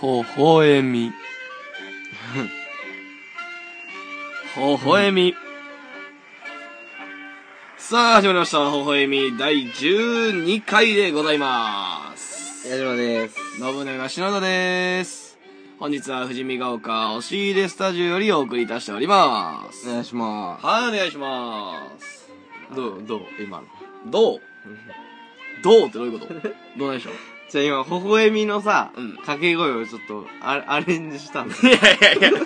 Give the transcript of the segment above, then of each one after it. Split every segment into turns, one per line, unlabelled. ほほえみ。ほほえみ。さあ、始まりました。ほほえみ第12回でございます。
矢島です。
信長篠田です。本日は富士見ヶ丘押し入れスタジオよりお送りいたしております。
お願いしま
はい、お願いします。
す。どう、どう、今の。
どうどうってどういうことどうなんでし ょう
じゃあ今、微笑みのさ、
うん
掛け声をちょっと、あ アレンジしたの。
いやいやいや。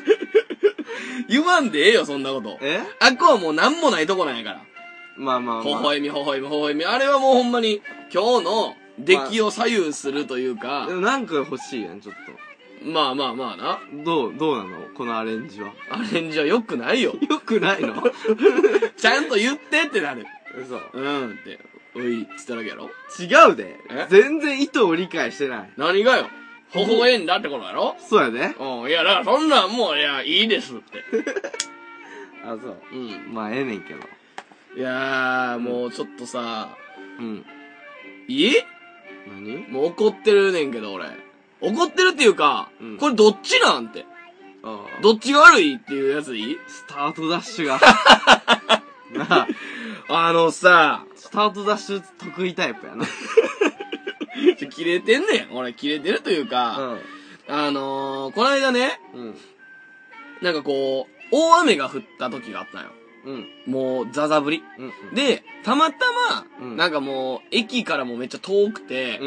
言わんでええよ、そんなこと。
え
あっこはもうなんもないとこなんやから。
まあまあ
微
まあ。
笑み、微笑み、微笑み。あれはもうほんまに、今日の出来を左右するというか
で、もなんか欲しいやん、ちょっ
まあまあまあな。
と。どう、どうなのこのアレンジは。
アレンジは良くないよ。
よくないの
ちゃんと言ってってなる。
嘘。
うんって。ういっつっただけやろ。
違うで
え。
全然意図を理解してない。
何がよ。微笑んだってことやろ
そうやね。
うん。いや、だからそんなんもう、いや、いいですって。
あ、そう。
うん。
まあ、ええねんけど。
いやー、もうちょっとさ、
うん。
いい
何
もう怒ってるねんけど、俺。怒ってるっていうか、
うん
これどっちなんて。
ああ。
どっちが悪いっていうやつでいい
スタートダッシュ が。なあ、
あのさ、
スタートダッシュ得意タイプやな。
ちょ切れてんねん。俺、切れてるというか、
ん。
あのー、こないだね、
うん。
なんかこう、大雨が降った時があったんよ。
うん。
もう、ザザ降り。
うん。
で、たまたま、
うん
なんかもう、駅からもめっちゃ遠くて、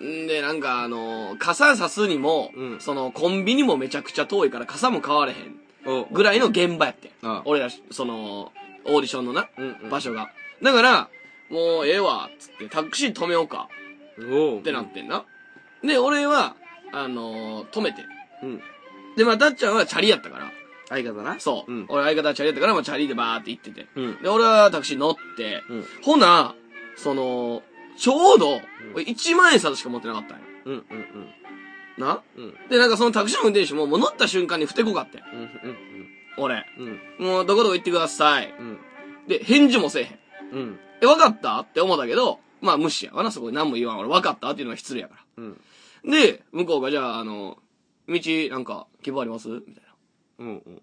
うん。
んで、なんかあのー傘さすにも、
うん
その、コンビニもめちゃくちゃ遠いから傘も買われへん。
お
ぐらいの現場やってん。
ああ
俺ら、その、オーディションのな、
うんうん
場所が。だから、もうええわ、つって、タクシー止めようか、
おう
ってなってんな。で、俺は、あのー止めて。
うん。
で、まあ、たっちゃんはチャリやったから。
相方な。
そう。
うん。
俺相方はチャリやったから、まあ、チャリでバーって行ってて。
うん。
で、俺はタクシー乗って、
うん。
ほな、その、ちょうど、
ん
俺1万円札しか持ってなかったんよ。
うん。うん。うん。
な
うん。
で、なんかそのタクシーの運転手も、もう乗った瞬間にふてこかってん。
うん。うん。
俺。
うん。
もう、どこどこ行ってください。
うん。
で、返事もせえへん。
うん。
え、わかったって思ったけど、まあ無視やわな、そこに何も言わん。俺、わかったっていうのが失礼やか
うん。
ら。で、向こうが、じゃあ、あの、道、なんか、希望ありますみたいな。い
うん。うん。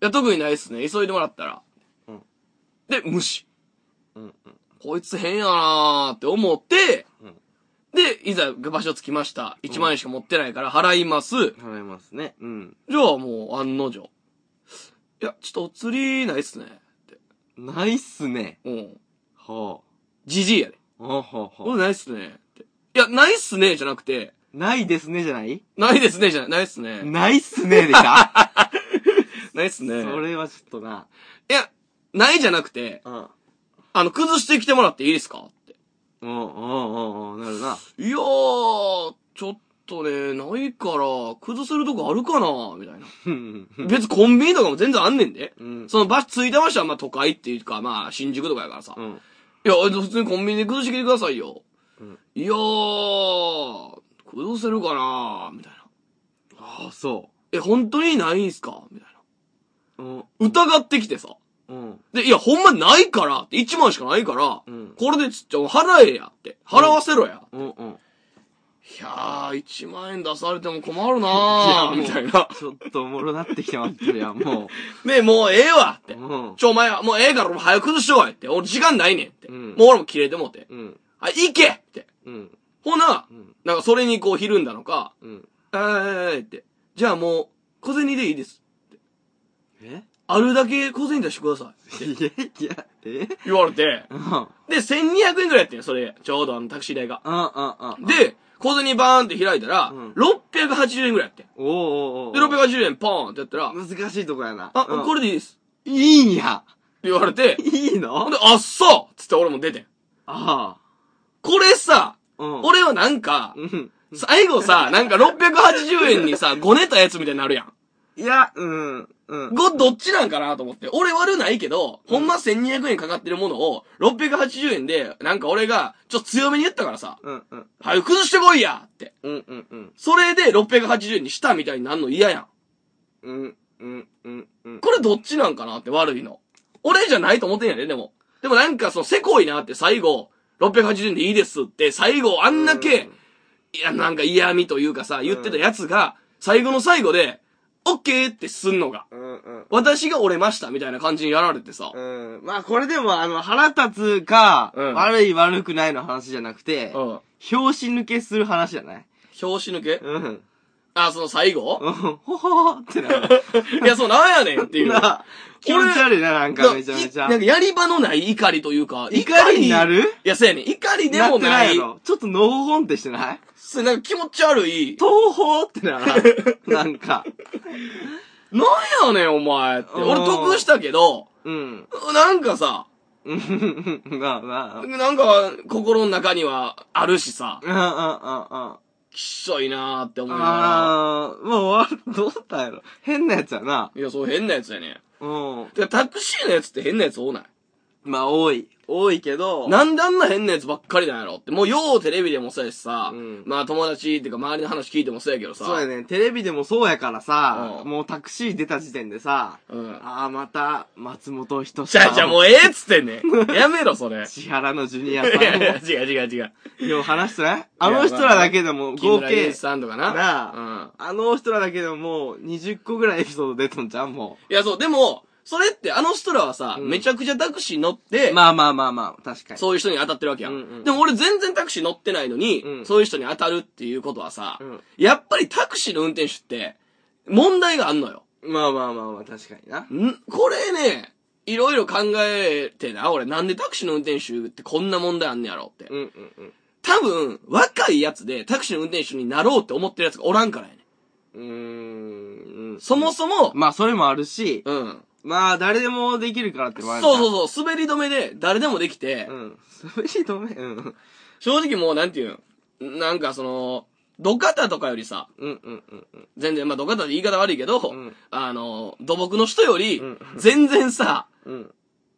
や、特にないっすね。急いでもらったら。
うん
で、無視。
うん。
こいつ変やなーって思って、
うん
で、いざ場所着きました。1万円しか持ってないから払います。
払いますね。うん。
じゃあもう、案の定。いや、ちょっとお釣りないっすね。って。
ないっすね。
うん。
は
じじいやで。
あ。はあはあ
お
はあ。
ないっすね。って。いや、ないっすね、じゃなくて、
ないですねじゃない
ないですね、じゃない。ないっすね。
ないっすねでか
ないっすね。
それはちょっとな。
いや、ないじゃなくて、
うん。
あの、崩してきてもらっていいですかって。
うん。うん。うん。なるな。
いやー、ちょっとね、ないから、崩せるとこあるかなみたいな。
うん。
別にコンビニとかも全然あんねんで。
うん。
その場ついてましたまあ都会っていうか、まあ新宿とかやからさ。
うん。
いや、普通にコンビニで崩してきてくださいよ。
うん
いやー、崩せるかなみたいな。
ああ、そ。
え、本当にないんすかみたいう
うん。
な。疑ってきてさ。
うん。
で、いや、ほんまないからって、1万しかないから、
うん。
これでちっちゃい、払えやって。払わせろや。
うん。うん。
いやー、1万円出されても困る
あ
なー、みたいな。
ちょっとおもろなってきてますやん、も
で、もうええわっ
う。
て。
うん。
ちょ、お前は、もうええから、早く崩しようやって。俺時間ないねんって。
うん
もう俺も切れてもうて。
うん。
あ、行けって。
うん。
ほな、
うん。
なんかそれにこうひるんだのか、
うん。
えーって。じゃあもう、小銭でいいです。
え
あるだけ小銭出してください。
いやいや、え
言われて。
うん。うん
で、1200円くらいやってんそれ。ちょうどあのタクシー代が。
うんうん。、
で、小銭バーンって開いたら、
うん
680円くらいやってん
おーおーお
で、
ー
680円ポーンってやったら、
難しいとこやな。
あ、
うん
これでいいです。
いいんや。
って言われて、
いい
ほんで、
の
あっそうっつって俺も出てん。
ああ。
これさ、
うん。
俺はなんか、
うん。
最後さ、なんか680円にさ、ごねたやつみたいになるやん。
いや、うん。うん。
ご、どっちなんかなと思って。俺悪ないけど、ほんま1200円かかってるものを、680円で、なんか俺が、ちょっと強めに言ったからさ、
うんうん。
はい、崩してこいやって。
うんうんうん。
それで680円にしたみたいになんの嫌やん。
うんうんうんうん。
これどっちなんかなって悪いの。俺じゃないと思ってんやで、でも。でもなんかその、せこいなって最後、680円でいいですって、最後あんだけ、いや、なんか嫌味というかさ、言ってたやつが、最後の最後で、オッケーってすんのが、
うんうん。
私が折れましたみたいな感じにやられてさ。
うん。まあこれでも、あの、腹立つか、
うん
悪い悪くないの話じゃなくて、
うん。拍
拍子抜けする話じゃない
子抜け
うん。
あ、その最後
うんほほーってなる。
いや、そうなんやねんっていう。だか
な気持ち悪いな、なん
ら
かめちゃめちゃ
い。なんかやり場のない怒りというか、
怒りになる
いや、そうやねん。怒りでも
って
ない。
やろちょっとのほほんってしてない
そうなんか気持ち悪い。
東方ってなら ん、なんか。
なんやねん、お前って。
うん
俺得したけど、
うん。
なんかさ、
うんまあまあ。うんうん
なんか心の中にはあるしさ、
うんうん。あ
きっしょいなーって思いながら。
あー、もう終わる、どうだやろ。変なやつやな。
いや、そう変なやつやねん。
うん。
てかタクシーのやつって変なやつ多ない。
まあ多い。多いけど、
なんであんな変なやつばっかりなんやろって。もうようテレビでもそうやしさ、
うん
まあ友達っていうか周りの話聞いてもそうやけどさ。
そうやね。テレビでもそうやからさ、
うん
もうタクシー出た時点でさ、
うん。
ああ、また、松本人志
じ
さ
ゃ
ん。
あじゃあもうええっつってんねん。やめろそ れ。
千原のジュニア
いやいや
さ
違う違う違う。
んも、よう話してないあの人らだけでも、
木
合
村祐
計
一、さんとかな。
な
うん。
あの人らだけでももう、20個ぐらいエピソード出とんじゃん、も
いや、そう、でも、それってあの人らはさ、
うん
めちゃくちゃタクシー乗っ
う。
て、
まあまあまあまあ、確かに。
そういう人に当たってるわけや、
うんうん
でも俺全然タクシー乗ってないのに、
うん
そういう人に当たるっていうことはさ、
うん
やっぱりタクシーの運転手って、問題があんのよ。
まあまあまあまあ、確かにな。
んこれね、いろいろ考えてな、俺なんでタクシーの運転手ってこんな問題あんねやろって。
うんうんうん。
多分、若いやつでタクシーの運転手になろうって思ってるやつがおらんからやね。
うーんうん。
そもそも、
まあ、それもあるし、
うん。
まあ、誰でもできるからってもあ
そう
るじゃん
そうそう、滑り止めで誰でもできて、
うん。それひどめ。うん。
正直もうなんていうんなんかその、土方とかよりさ、
うんうんうんうん。
全然、まあ土方って言い方悪いけど、
ん
あの、土木の人より
うん、
全然さ、
うん。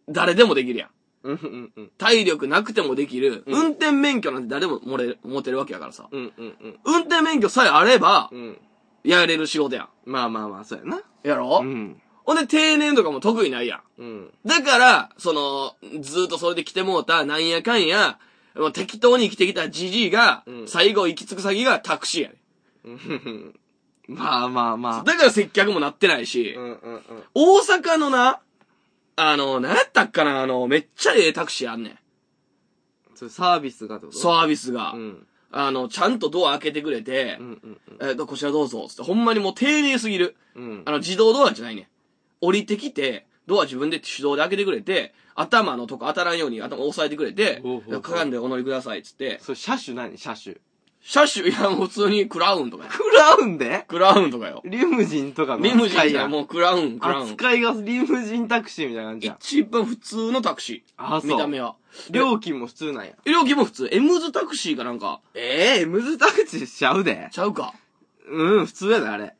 誰でもできるやん。
うんうんうん。
体力なくてもできる、
うん
運転免許なんて誰も持れ持てるわけやからさ。
うんうんうん。
運転免許さえあれば
う、ん。
やれる仕事や
まあまあまあ、そうやな。
ん。やろ、
うん。
ほんで定年とかも得意ないやん。
うん。
だから、その、ずーっとそれで来てもうた、なんやかんや、もう適当に生きてきたじじいが、
うん
最後行き着く先がタクシーやねん。
うんまあまあま
だから接客もなってないし、
あ。うんうんうん。
大阪のな、あの、何やったっかな、あの、めっちゃええタクシーあんねん。
それサービスがってこと
サービスが。
うん。
あの、ちゃんとドア開けてくれて、
うんうんうん。
えっと、こちらどうぞ、つって、ほんまにもう丁寧すぎる。
うん
あ。の、自動ドアじゃないねん。降りてきて、ドア自分で手動で開けてくれて、頭のとこ当たらんように頭押さえてくれて
ほうほうほ、う
かかんでお乗りください、つって。
それ車種何車種。
車種、いや、もう普通にクラウンとかや。
クラウンで
クラウンとかよ。
リムジンとかの
リムジンじ
扱い
ゃ
や
んもうクラウン、クラウン。
扱いがリムジンタクシーみたいな感じや。
一番普通のタクシ
あ、
ー。見た目は。
料金も普通なんや。
料金も普通。エムズタクシーかなんか、
ええムズタクシーしちゃうで。
ちゃうか。
うん、普通やで、あれ。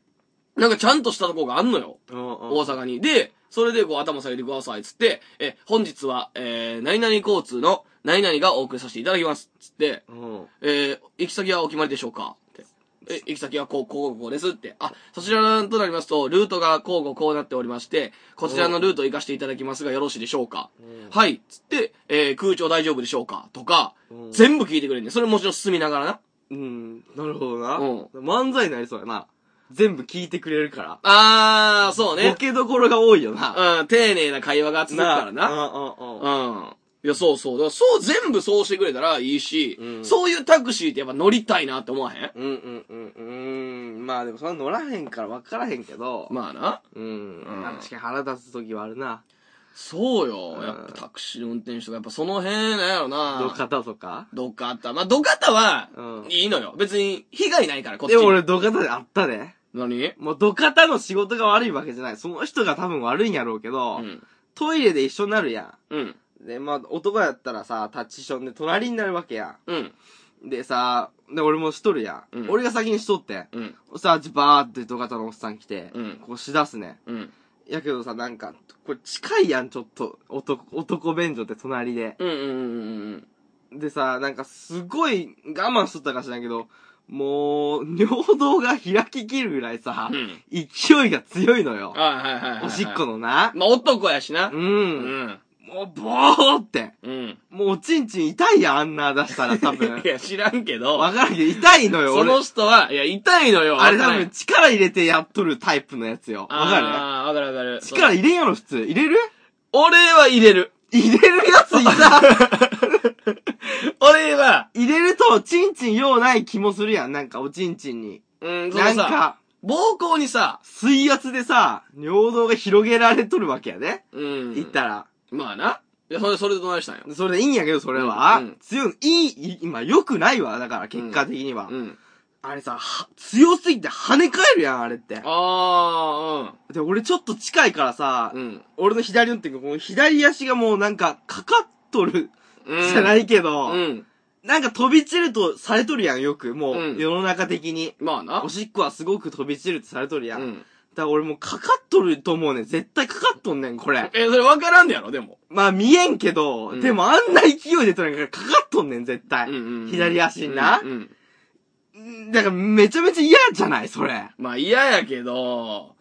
なんかちゃんとしたとこがあんのよ。
うんうん
大阪に。で、それでこう頭下げてください。つって、え、本日は、えー、何々交通の何々がお送りさせていただきます。つって、
うん。
えー、行き先はお決まりでしょうかって。え、行き先はこう、こう、こうですって。あ、そちらとなりますと、ルートがこう、こう、こうなっておりまして、こちらのルートを行かせていただきますがよろしいでしょうか
うん
はい。つって、えー、空調大丈夫でしょうかとか
う、ん
全部聞いてくれんねんそれもちろん進みながらな。
うん、なるほどな。
うん
漫才になりそうやな。全部聞いてくれるから。
あー、そうね
ボ。ケどころが多いよな。
うん、丁寧な会話が続くからな。
うんうんうん。
うん。いや、そうそう。だから、そう、全部そうしてくれたらいいし、
うん
そういうタクシーってやっぱ乗りたいなって思わへん
うんうんうんうん。まあでもそれは乗らへんから分からへんけど。
まあな。
うん。
うん
確かに腹立つ時はあるな。
そうよ。
うん
やっぱタクシーの運転手とか、やっぱその辺なんやろな。
どかたとか。
ドカタ。まあ、ドカタは
うん、
いいのよ。別に、被害ないから、こっち
で
に。
も俺どかたであったで。
何
もうどかたの仕事が悪いわけじゃない。その人が多分悪いんやろうけど、
うん。
トイレで一緒になるや
うん。
ん。で、まあ男やったらさ、タッチションで隣になるわけや
うん。
ん。でさ、で俺もしとるやん。
うん
俺が先にしとってん。
うん。
さあ、バーってドカタのおっさん来て、
うん
こうしだすね。
うん。
やけどさ、なんか、これ近いやん、ちょっと。男、男便所って隣で。
うん。うん。うん。
でさ、なんかすごい我慢しとったかしらんけど、もう、尿道が開ききるぐらいさ、
うん
勢いが強いのよ。
はいはいはいはいはい。
おしっこのな。
まあ、男やしな。
う。
うんん。
もう、ボーって。
うん。
もう、おちんちん痛いやん、あんな出したら、多分
い。や、知らんけど、
わからんけど、痛いのよ、
そ
俺
の。人は、いや、痛いのよ。
あれ多
わかる
分、力入れてやっとるタイプのやつよ。わかる
あーわかるわかる。
力
そう
入れんやろ、普通。入れる
俺は入れ る。
入れるやついた
俺は、
入れると、ちんちん用ない気もするやん、なんか、おちんちんに。
うん、その
なん
さ、
か、
膀胱にさ、
水圧でさ、尿道が広げられとるわけやね。
うん。
言ったら。
まあな。いや、それ、それでどないしたんよ。
それでいいんやけど、それは。
うん
強い、いいい、今、良くないわ、だから、結果的には。
うん。
あれさ、は強すぎて跳ね返るやん、あれって。
あ
で、俺ちょっと近いから
あ、、
さ
うん。
俺の左のっていうか、この左足がもうなんか、かかっとる、
うん。
じゃないいけど、
うん。
なんか飛び散るとされとるやん、よく。もう、
うん
世の中的に。
まあな
お。しっこはすごく飛び散るってされとるやん。
う
だか
ん。
ら俺もうかかっとると思うねん。絶対かかっとんねん、これ。
え、それ分からんのやろ、でも。
まあ見えんけど、
うん
でもあんな勢いでとなんかかかっとんねん、絶対。左足にな
うんうん。
んだからめちゃめちゃ嫌じゃない、それ。
まあ嫌やけど、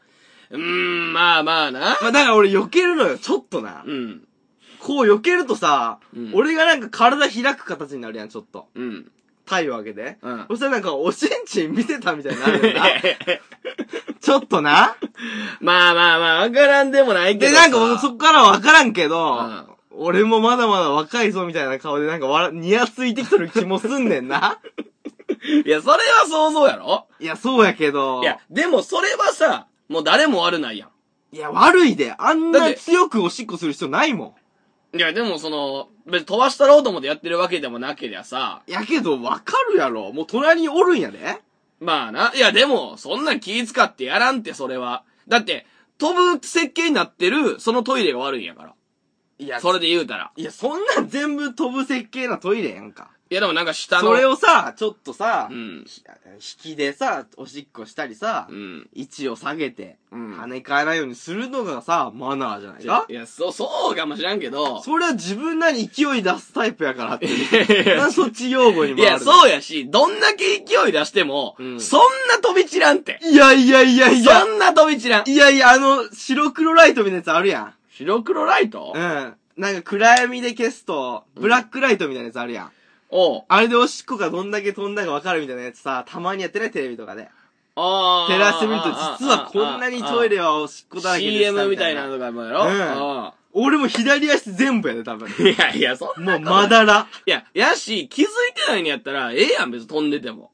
うーん、まあまあな。
まあだから俺避けるのよ、ちょっとな。
うん。
こう避けるとさ、
うん
俺がなんか体開く形になるやん、ちょっと。
うん。
体を上げて。
うん。
そしたらなんか、おちんちん見てた みたいになるよな。ちょっとな。
まあまあまあ、分からんでもないけ
で、
ど
な
さ。
んかもうそっからはわからんけど、
うん
俺もまだまだ若いぞみたいな顔でなんかわら、にやついてきてる気もすんねんな。
いや、それは想像やろ
いや、そうやけど。
いや、、でもそれはさ、もう誰も悪ないや
いや、悪いで。あん
だっ
な
て
強くおしっこする必要ないも
ん。いや、でもその、別に飛ばしたろうと思ってやってるわけでもなけりゃさ、
ん。やけど、わかるやろ。もう隣におるんやで。
まあな。いや、でも、そんな気使ってやらんって、それは。だって、飛ぶ設計になってる、そのトイレが悪いんやから。
いや
それで言うたら。
いや、そんなん全部飛ぶ設計なトイレやんか。
いや、でもなんか下の。
それをさ、ちょっとさ、
うん
ひ引きでさ、おしっこしたりさ、
うん。
位置を下げて、
うん
跳ね返らないようにするのがさ、マナーじゃないか
いや、そう、そうかもしらんけど。
それは自分なり勢い出すタイプやからって。
いやいや
なんでそっち用語に
い
もあ
や、
る
そうやし、どんだけ勢い出しても、
うん
そんな飛び散らんて。
いやいやいやいや
そ。んな飛び散らん。
いやいや、あの、白黒ライトみたいなやつあるや
白黒ライト
ん。うん。なんか暗闇で消すと、ブラックライトみたいなやつあるやん。
おう
あれでおしっこがどんだけ飛んだかわかるみたいなやつさ、たまにやってないテレビとかで。
あー
照らしてみると、実はこんなにトイレはおしっこだらけでした
CM みたいなのとかもやろ
うん俺も左足全部やで、多分。
うんいやいや、そんな
もう、
こと
まだら。
いや、やし、気づいてないんやったら、ええやん、別に飛んでても。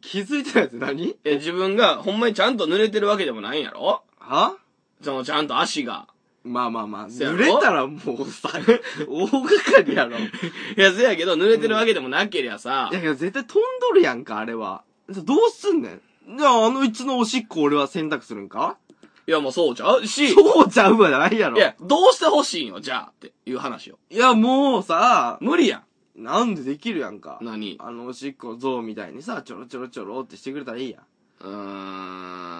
気づいてないやつ何
え、自分が、ほんまにちゃんと濡れてるわけでもないんやろ
は
その、ちゃんと足が。
まあまあまあ、
せやろ
濡れたらもうさ、大掛かりや ろ。い
いや、せやけど、濡れてるわけでもなけりゃさ、
やけど絶対飛んどるやんか、あれは。どうすんねん。じゃあ、あのうちのおしっこ俺は選択するんか
いや、もうそうちゃうし、い
そうちゃうわじゃないやろ。いや、
や、どうしてほしいんよ、じゃあ、っていう話を。
もうさ、
無理や
なんでできるやんか
ん。。何
あのおしっこ像みたいにさ、ちょろちょろちょろってしてくれたらいいやん。
う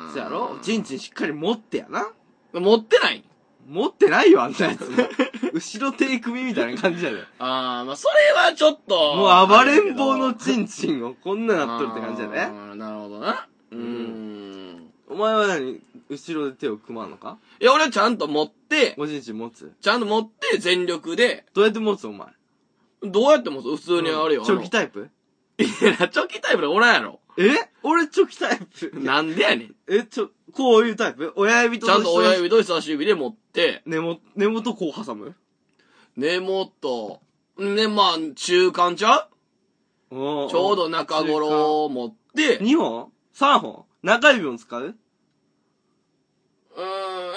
ーん。
そやろちんちんしっかり持ってやな。
持ってない
持ってないよ、あんなやつ。後ろ手組みたいな感じやで。
あー、まあ、それはちょっと。
もう暴れん坊のチンチンをこんななっとるって感じだ
あ
ね。
ーなるほどな。うーん。
お前は何後ろで手を組まんのか
いや、俺はちゃんと持って、
おじいちん持つ
ちゃんと持って全力で、
どうやって持つお前。
どうやっても普通にあるよ。
チョキタイプ
イプ。いや、チョキタイプでおらんやろ。
え俺チョキタイプ
なんでやねん。
え、ちょ、こういうタイプ親指と
ちゃんと親
人差し
指と人差し指で持って、
根元、根元こう挟む
根元、ね、まあ、中間ちゃ
ちょ
うちょうど中頃を持って、
2本 ?3 本中指も使う
う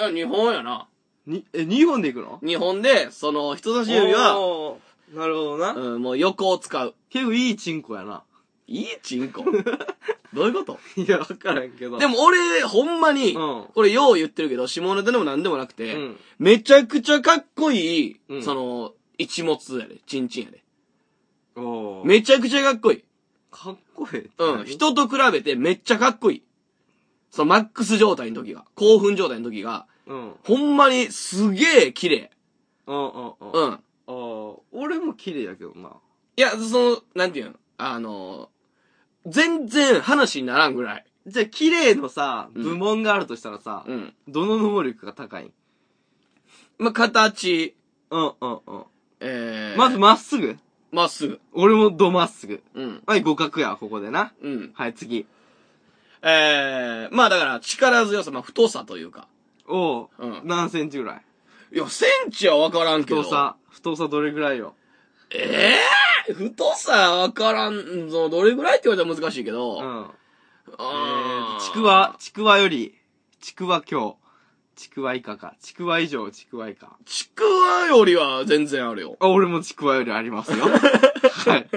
ーん、いや、2本やな。
に、え、2本でいくの
2本で、その、人差し指は、
おーなるほどな。
うん、もう横を使う。
結構いいチンコやな。
いいチンコどういうこと
いや、わからんけど。
で
も、
も俺、ほんまに、
うん
これよう言ってるけど、下ネタでもなんでもなくて、
うん
めちゃくちゃかっこいい、
うん
その、一物やで、チンチンやで。
おー
めちゃくちゃかっこいい。
かっこええ。
うん。人と比べてめっちゃかっこいい。そのマックス状態の時が、興奮状態の時が、
うん。うん
ほんまにすげえ綺麗。
うんうん。
う
あ
ん。
あ、俺も綺麗だけどな。
いや、その、なんていうのあの、全然話にならんぐらい。
じゃあ、綺麗のさ、
うん
部門があるとしたらさ
う、ん。
どの能力が高い
まあ、形、
うんうんうん。
えー、
まず、まっすぐ。
まっすぐ。
俺もどまっすぐ。
うん。
はい、互角や、ここでな。
うん。
はい、次。
えー、まあだから、力強さ、まあ太さというか。
おう、
うん
何センチぐらい
いや、センチはわからんけど。
太。さ、太さどれぐらいよ。
ええー、太さわからんぞ。どれぐらいって言われたら難しいけど。
うん。え
あ
ー
ー
ちくわ、。ちくわより、ちくわ今日、ちくわ以下か。ちくわ以上、ちくわ以下。
ちくわよりは全然あるよ。
あ、俺もちくわよりあります よ。はい。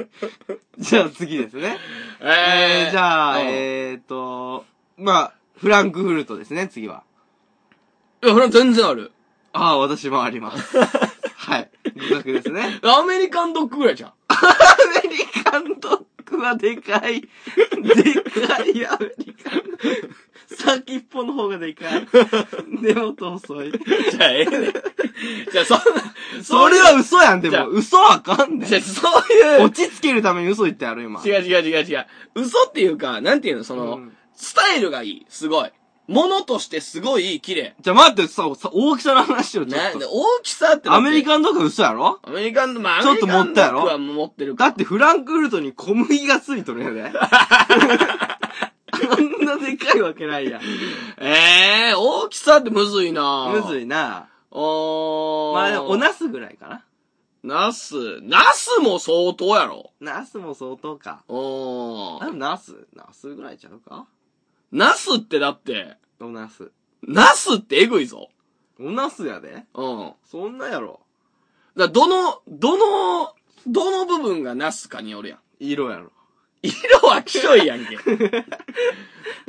じゃあ次ですね。えー、じゃあ、
うん
えーと、まあ、フランクフルトですね、次は。
いや、それは全然ある。
ああ、私もあ ります。はい。互角ですね。
アメリカンドッグぐらいじ ゃん。
アメリカンドッグはでかい。でかいアメリカンドッグ。先っぽの方がでかい。根元遅い。
じゃあ、ええねん。じゃあ、そんな、
それは嘘やん、で
じゃあ
も。嘘はあかんねん
じゃあそういう
落、ち着けるために嘘言ってやる、今。
違う違う違う違う。嘘っていうか、なんていうの、その、
うん
スタイルがいい。すごい。ものとしてすごい綺麗。
じゃあ待って、さ、さ大きさの話をちょ
な
っ
で
と。
大きさってだ
ア
って
メリカンドッグは嘘やろ
アメリカン、まあ、
ちょっと持ったやろ
アメリカンドッグは持ってる
だ
か。
ってフランクフルトに小麦がついとるんやで。あんなでかいわけないやん。
ええー、大きさってむずいな
むず
い。
いな。
おー。
まあでも、お、茄子ぐらいかな。
ナス、ナスも相当やろ。
ナスも相当か。
お
あ、
ー。
ナスナスぐらいちゃうか
ナスってだって、
おナス。
ナスってえぐいぞ。
おナスやで
うん。
そんなやろ。
だからどの、どの、どの部分がナスかによるやん。
色やろ。
色はきょいやんけ。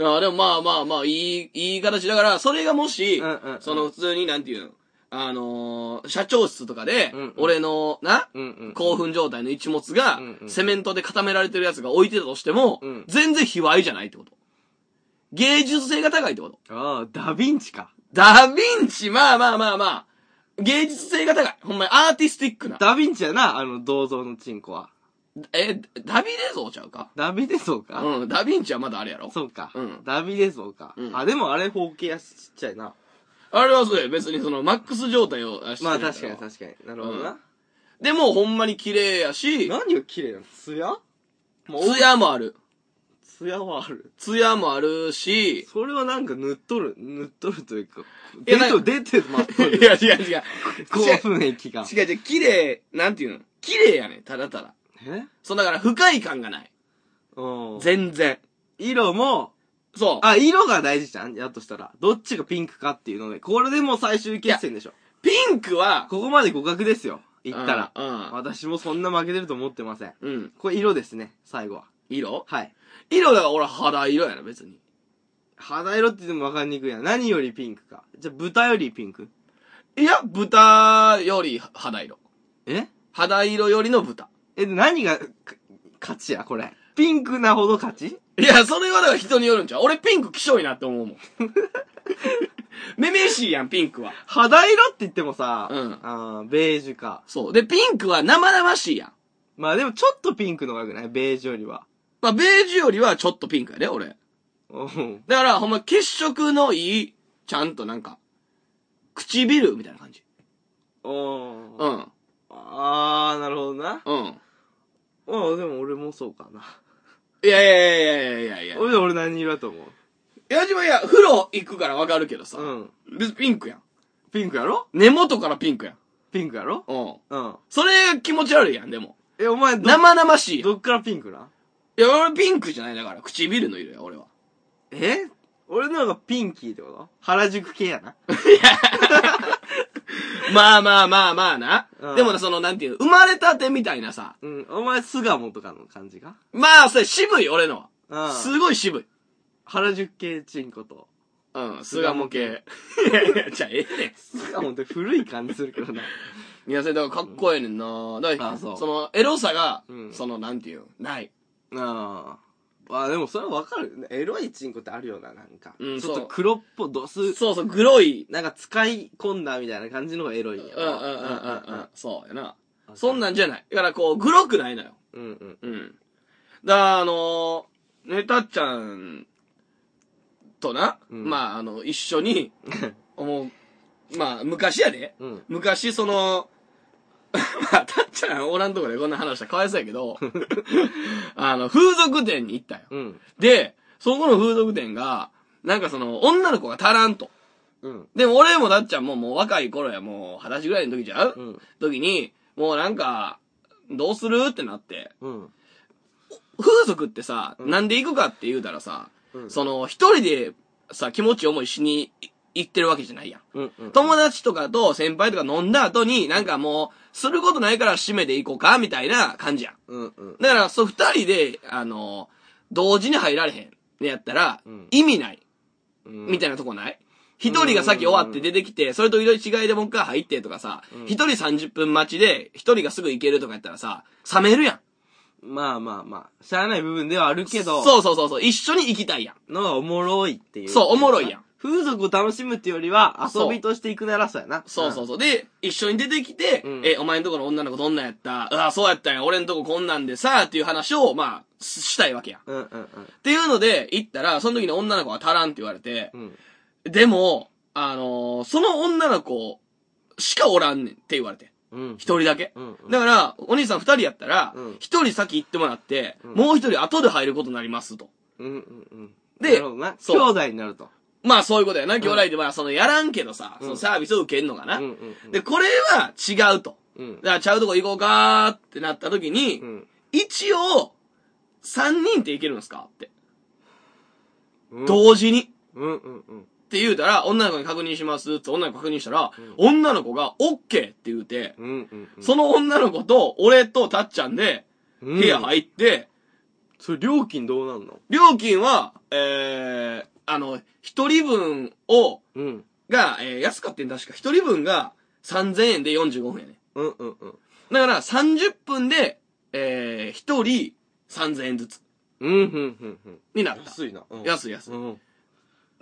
あでもまあまあまあ、いい、いい形だから、それがもし、
うんうんうん
その普通になんていうの、あのー社長室とかで、
うんうん
俺の、な、
うんうん。
興奮状態の一物が、
うんうん
セメントで固められてるやつが置いてたとしても、
うん
全然卑猥じゃないってこと。芸術性が高いってこと。
ああ、ダヴィンチか。
ダヴィンチ、まあまあまあまあ、芸術性が高い。ほんまにアーティスティックな。
ダヴィンチやな、あの銅像のチンコは。
え、ダビデ像ちゃうか
ダビデ像か、
うん、ダヴィンチはまだあれやろ。
そうか。
うん
ダビデ像か、
うん
あ、でもあれ方形やしちっちゃいな。
あれはそうや、別にその、マックス状態をして
まあ
るら
確かに確かに。なるほどな。
でも、ほんまに綺麗やし、
何が綺麗なの艶ヤも
ツヤもある。
艶はある。
ツヤもある し、
それはなんか塗っとる、塗っとるというか、
いや
出と、出てまっ
い
とる。
や違 う違う。
興奮液が。
違う違う、綺麗、なんていうの綺麗やねん、ただただ。
え
そう、だから不快感がない。
うん。
全然。
色も、
そう。
あ、色が大事じゃんやっとしたら。どっちがピンクかっていうので、これでもう最終決戦でしょ。
ピンクは、
ここまで互角ですよ。言ったら。
うん
私もそんな負けてると思ってません。
うん。うん。
これ色ですね、最後は。
色
はい。
色だから俺肌色やな、別に。
肌色って言っても分かりにくいやん。何よりピンクか。じゃあ、豚よりピンク
いや、豚より肌色。
え
肌色よりの豚。
え、で何が、か勝ちや、これ。ピンクなほど勝ち
いや、それはだから人によるんちゃう俺ピンク希少いなって思う もん。めめしいやん、ピンクは。
肌色って言ってもさ、
うん
あーベージュか。
そう。で、ピンクは生々しいやん。
まあでもちょっとピンクの方が良くないベージュよりは。
まあ、ベージュよりはちょっとピンクやで、俺。
うん。
だから、ほんま血色のいい、ちゃんとなんか、唇みたいな感じ。
うん。
うん。
あー、なるほどな。
うん。
うん、でも俺もそうかな。
いやいやいやいやいやいや。
俺、俺何色だと思う
矢島いや、風呂行くからわかるけどさ。
うん。
別にピンクやん。
ピンクやろ
根元からピンクやん。
ピンクやろ
うん。
うん。
それが気持ち悪いやん、でも。
え、お前ど、
生々しいやん。い
どっからピンクな
や、俺ピンクじゃない、だから。唇の色や、俺は。
え俺の方がピンキーってこと原宿系やな。
まあまあまあまあな。
うん
でもな、その、なんていうの、生まれたてみたいなさ。
うん。お前、巣鴨とかの感じか
まあ、それ渋い、俺の
う
は。
ん。
すごい渋い。
原宿系チンコと。
うん、巣鴨系。い やいや、じゃあええね
巣鴨って古い感じするけどな。
ん。いや、それだからかっこええねんなだから
あそう
その、エロさが、
うん
その、なんていうのない。
ああ。あ、でもそれはわかる。エロいチンコってあるよな、なんか。
うん
ちょっ
そ
と
う
黒っぽい、ドス、
そうそう、グロい。
なんか使い込んだみたいな感じのがエロいんや
うんうんうんうん
う
うん
ん。。
そうやな。
うん
そんなんじゃない。だからこう、グロくないのよ。
うんうん。
うん。だから、あのー、ねたっちゃんとな、
うん
まあ、あの、一緒に、もう、まあ、昔やで。
うん。
昔、その、 まあ、たっちゃんおらんとこでこんな話したらかわいそうやけ ど、あの、風俗店に行ったよ。
うん。
で、そこの風俗店が、なんかその、女の子が足らんと。
うん。
でも俺もだっちゃんももう若い頃や、もう二十歳ぐらいの時ちゃう、
うん。
時に、もうなんか、どうするってなって。
うん。
風俗ってさ、
うん
なんで行くかって言うたらさ、
うん
その、一人でさ、気持ちいい思いしにい行ってるわけじゃないやん。
うん。
友達とかと先輩とか飲んだ後に、なんかもう、することないから締めていこうか、みたいな感じやん。
うん。うん。
だから、そう、二人で、あの、同時に入られへん。でやったら
うん、
意味ない。
うん。
みたいなとこない一人が先終わって出てきて、それと色々違いでもう一回入ってとかさ
うん、
一人30分待ちで、一人がすぐ行けるとかやったらさ、冷めるやん。
まあまあまあ。しゃあない部分ではあるけど、
そうそうそうそう、一緒に行きたいやん。
のがおもろいっていう。
そうおもろいやん。
風俗を楽しむっていうよりは、
そう
遊びとしていくならそうやな。
そうそう
う。
そう。で、一緒に出てきて、
うん
え、お前んとこの女の子どんなんやったああ、そうやったんや。俺んとここんなんでさ、っていう話を、まあ、ししたいわけやん。っ
うんうんうん。
ていうので、行ったら、その時の女の子は足らんって言われて、
うん。
でも、あのーその女の子しかおらんねんって言われて。
うん。
一人だけ。
うんうん
だから、お兄さん二人やったら
うん、
一、人先行ってもらって、
うん
もう一人後で入ることになりますと。
うんうんうん。
で
なるほどな。兄
そう
弟になると。
まあそういうことやな。兄弟でまあそのやらんけどさ、そのサービスを受けんのかな。
うんうんうん。
で、これは違うと。
うん
じ。ゃあちゃうとこ行こうかーってなった時に、
うん。
一応、三人って行けるんですかって。
うん
同時に。
うんうんうん。
って言うたら、女の子に確認しますって女の子確認したら、
ん
女の子がオッケーって言うて、
うんうんうん。
その女の子と、俺とたっちゃんで、
うん、
部屋入って、
それ料金どうなんの
料金は、えー、あの、一人分を、
うん。
が、えー、安かったん確か、一人分が3000円で45分やね。
うんうんうん。
だから、30分で、えー、一人3000円ずつ
うんうんうんうん。
になった。
安いな。うん
安い安い。
うん。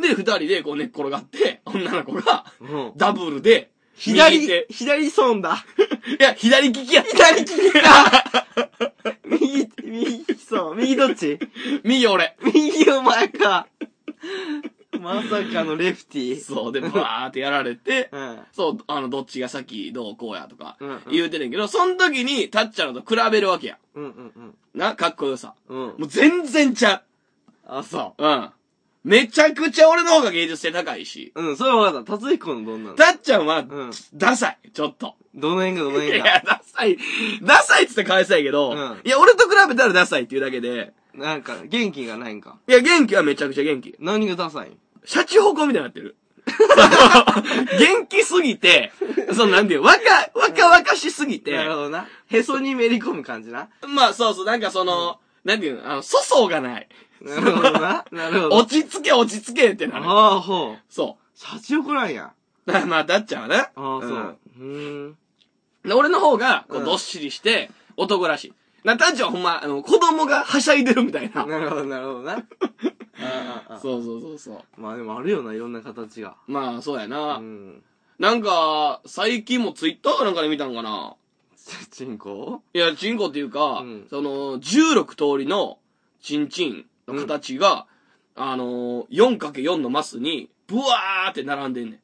で、二人でこう寝っ転がって、女の子が、
うん。
ダブルで、右手
左、左損だ。
いや、左利きや。
左利きだ右、右損。右どっち
右俺。
右お前か。 まさかのレフティー。
そう、で、バーってやられて、
うん。
そう、あの、どっちが先どうこうやとか
うんうん、
言うてるんやけど、その時に、たっちゃんのと比べるわけや。
うんうん
な、かっこよさ。
うん。う
も
ん。
う全然ちゃ。
あ、そう
うん。めちゃくちゃ俺の方が芸術性高いし、
う。うん、それは分かった。達彦のどんなの
たっちゃんは
うん、
ダサい、ちょっと。
どの辺がどの
い
辺が。
や、ダサい、ダサいっつって返せやけど、
うん
いや、俺と比べたらダサいっていうだけで、
なんか、元気がないんか。
いや、元気はめちゃくちゃ元気。
何がダサいん
シャチホコみたいになってる。元気すぎて、そのなんていう、若、若々しすぎて、
なるほどな。へそにめり込む感じな。
まあそうそう、なんかその、なんていうの、あの、粗相がない。
なるほど な。なるほど。
落ち着け落ち着けってなる。
ああ、ほう。
そ
シャチホコなんや。
う。 だからまあ、だっちゃんはな。
ああ、そう。うん。
うん。で、俺の方が、こ
う
う、
ん
どっしりして、男らしい。な、だっちゃんはほんま、あの、子供がはしゃいでるみたいな。
なるほど、なる ほどな。ああああ
そうそうそうそう。
まあでもあるよな、いろんな形が。
まあ、そうや
う
な。
ん。
なんか、最近もツイッターかなんかで見たんかな。
チンコ
いや、チンコっていうか、
うん
その、16通りの、チンチンの形が、あのー、4×4 のマスに、ブワーって並んでんねん。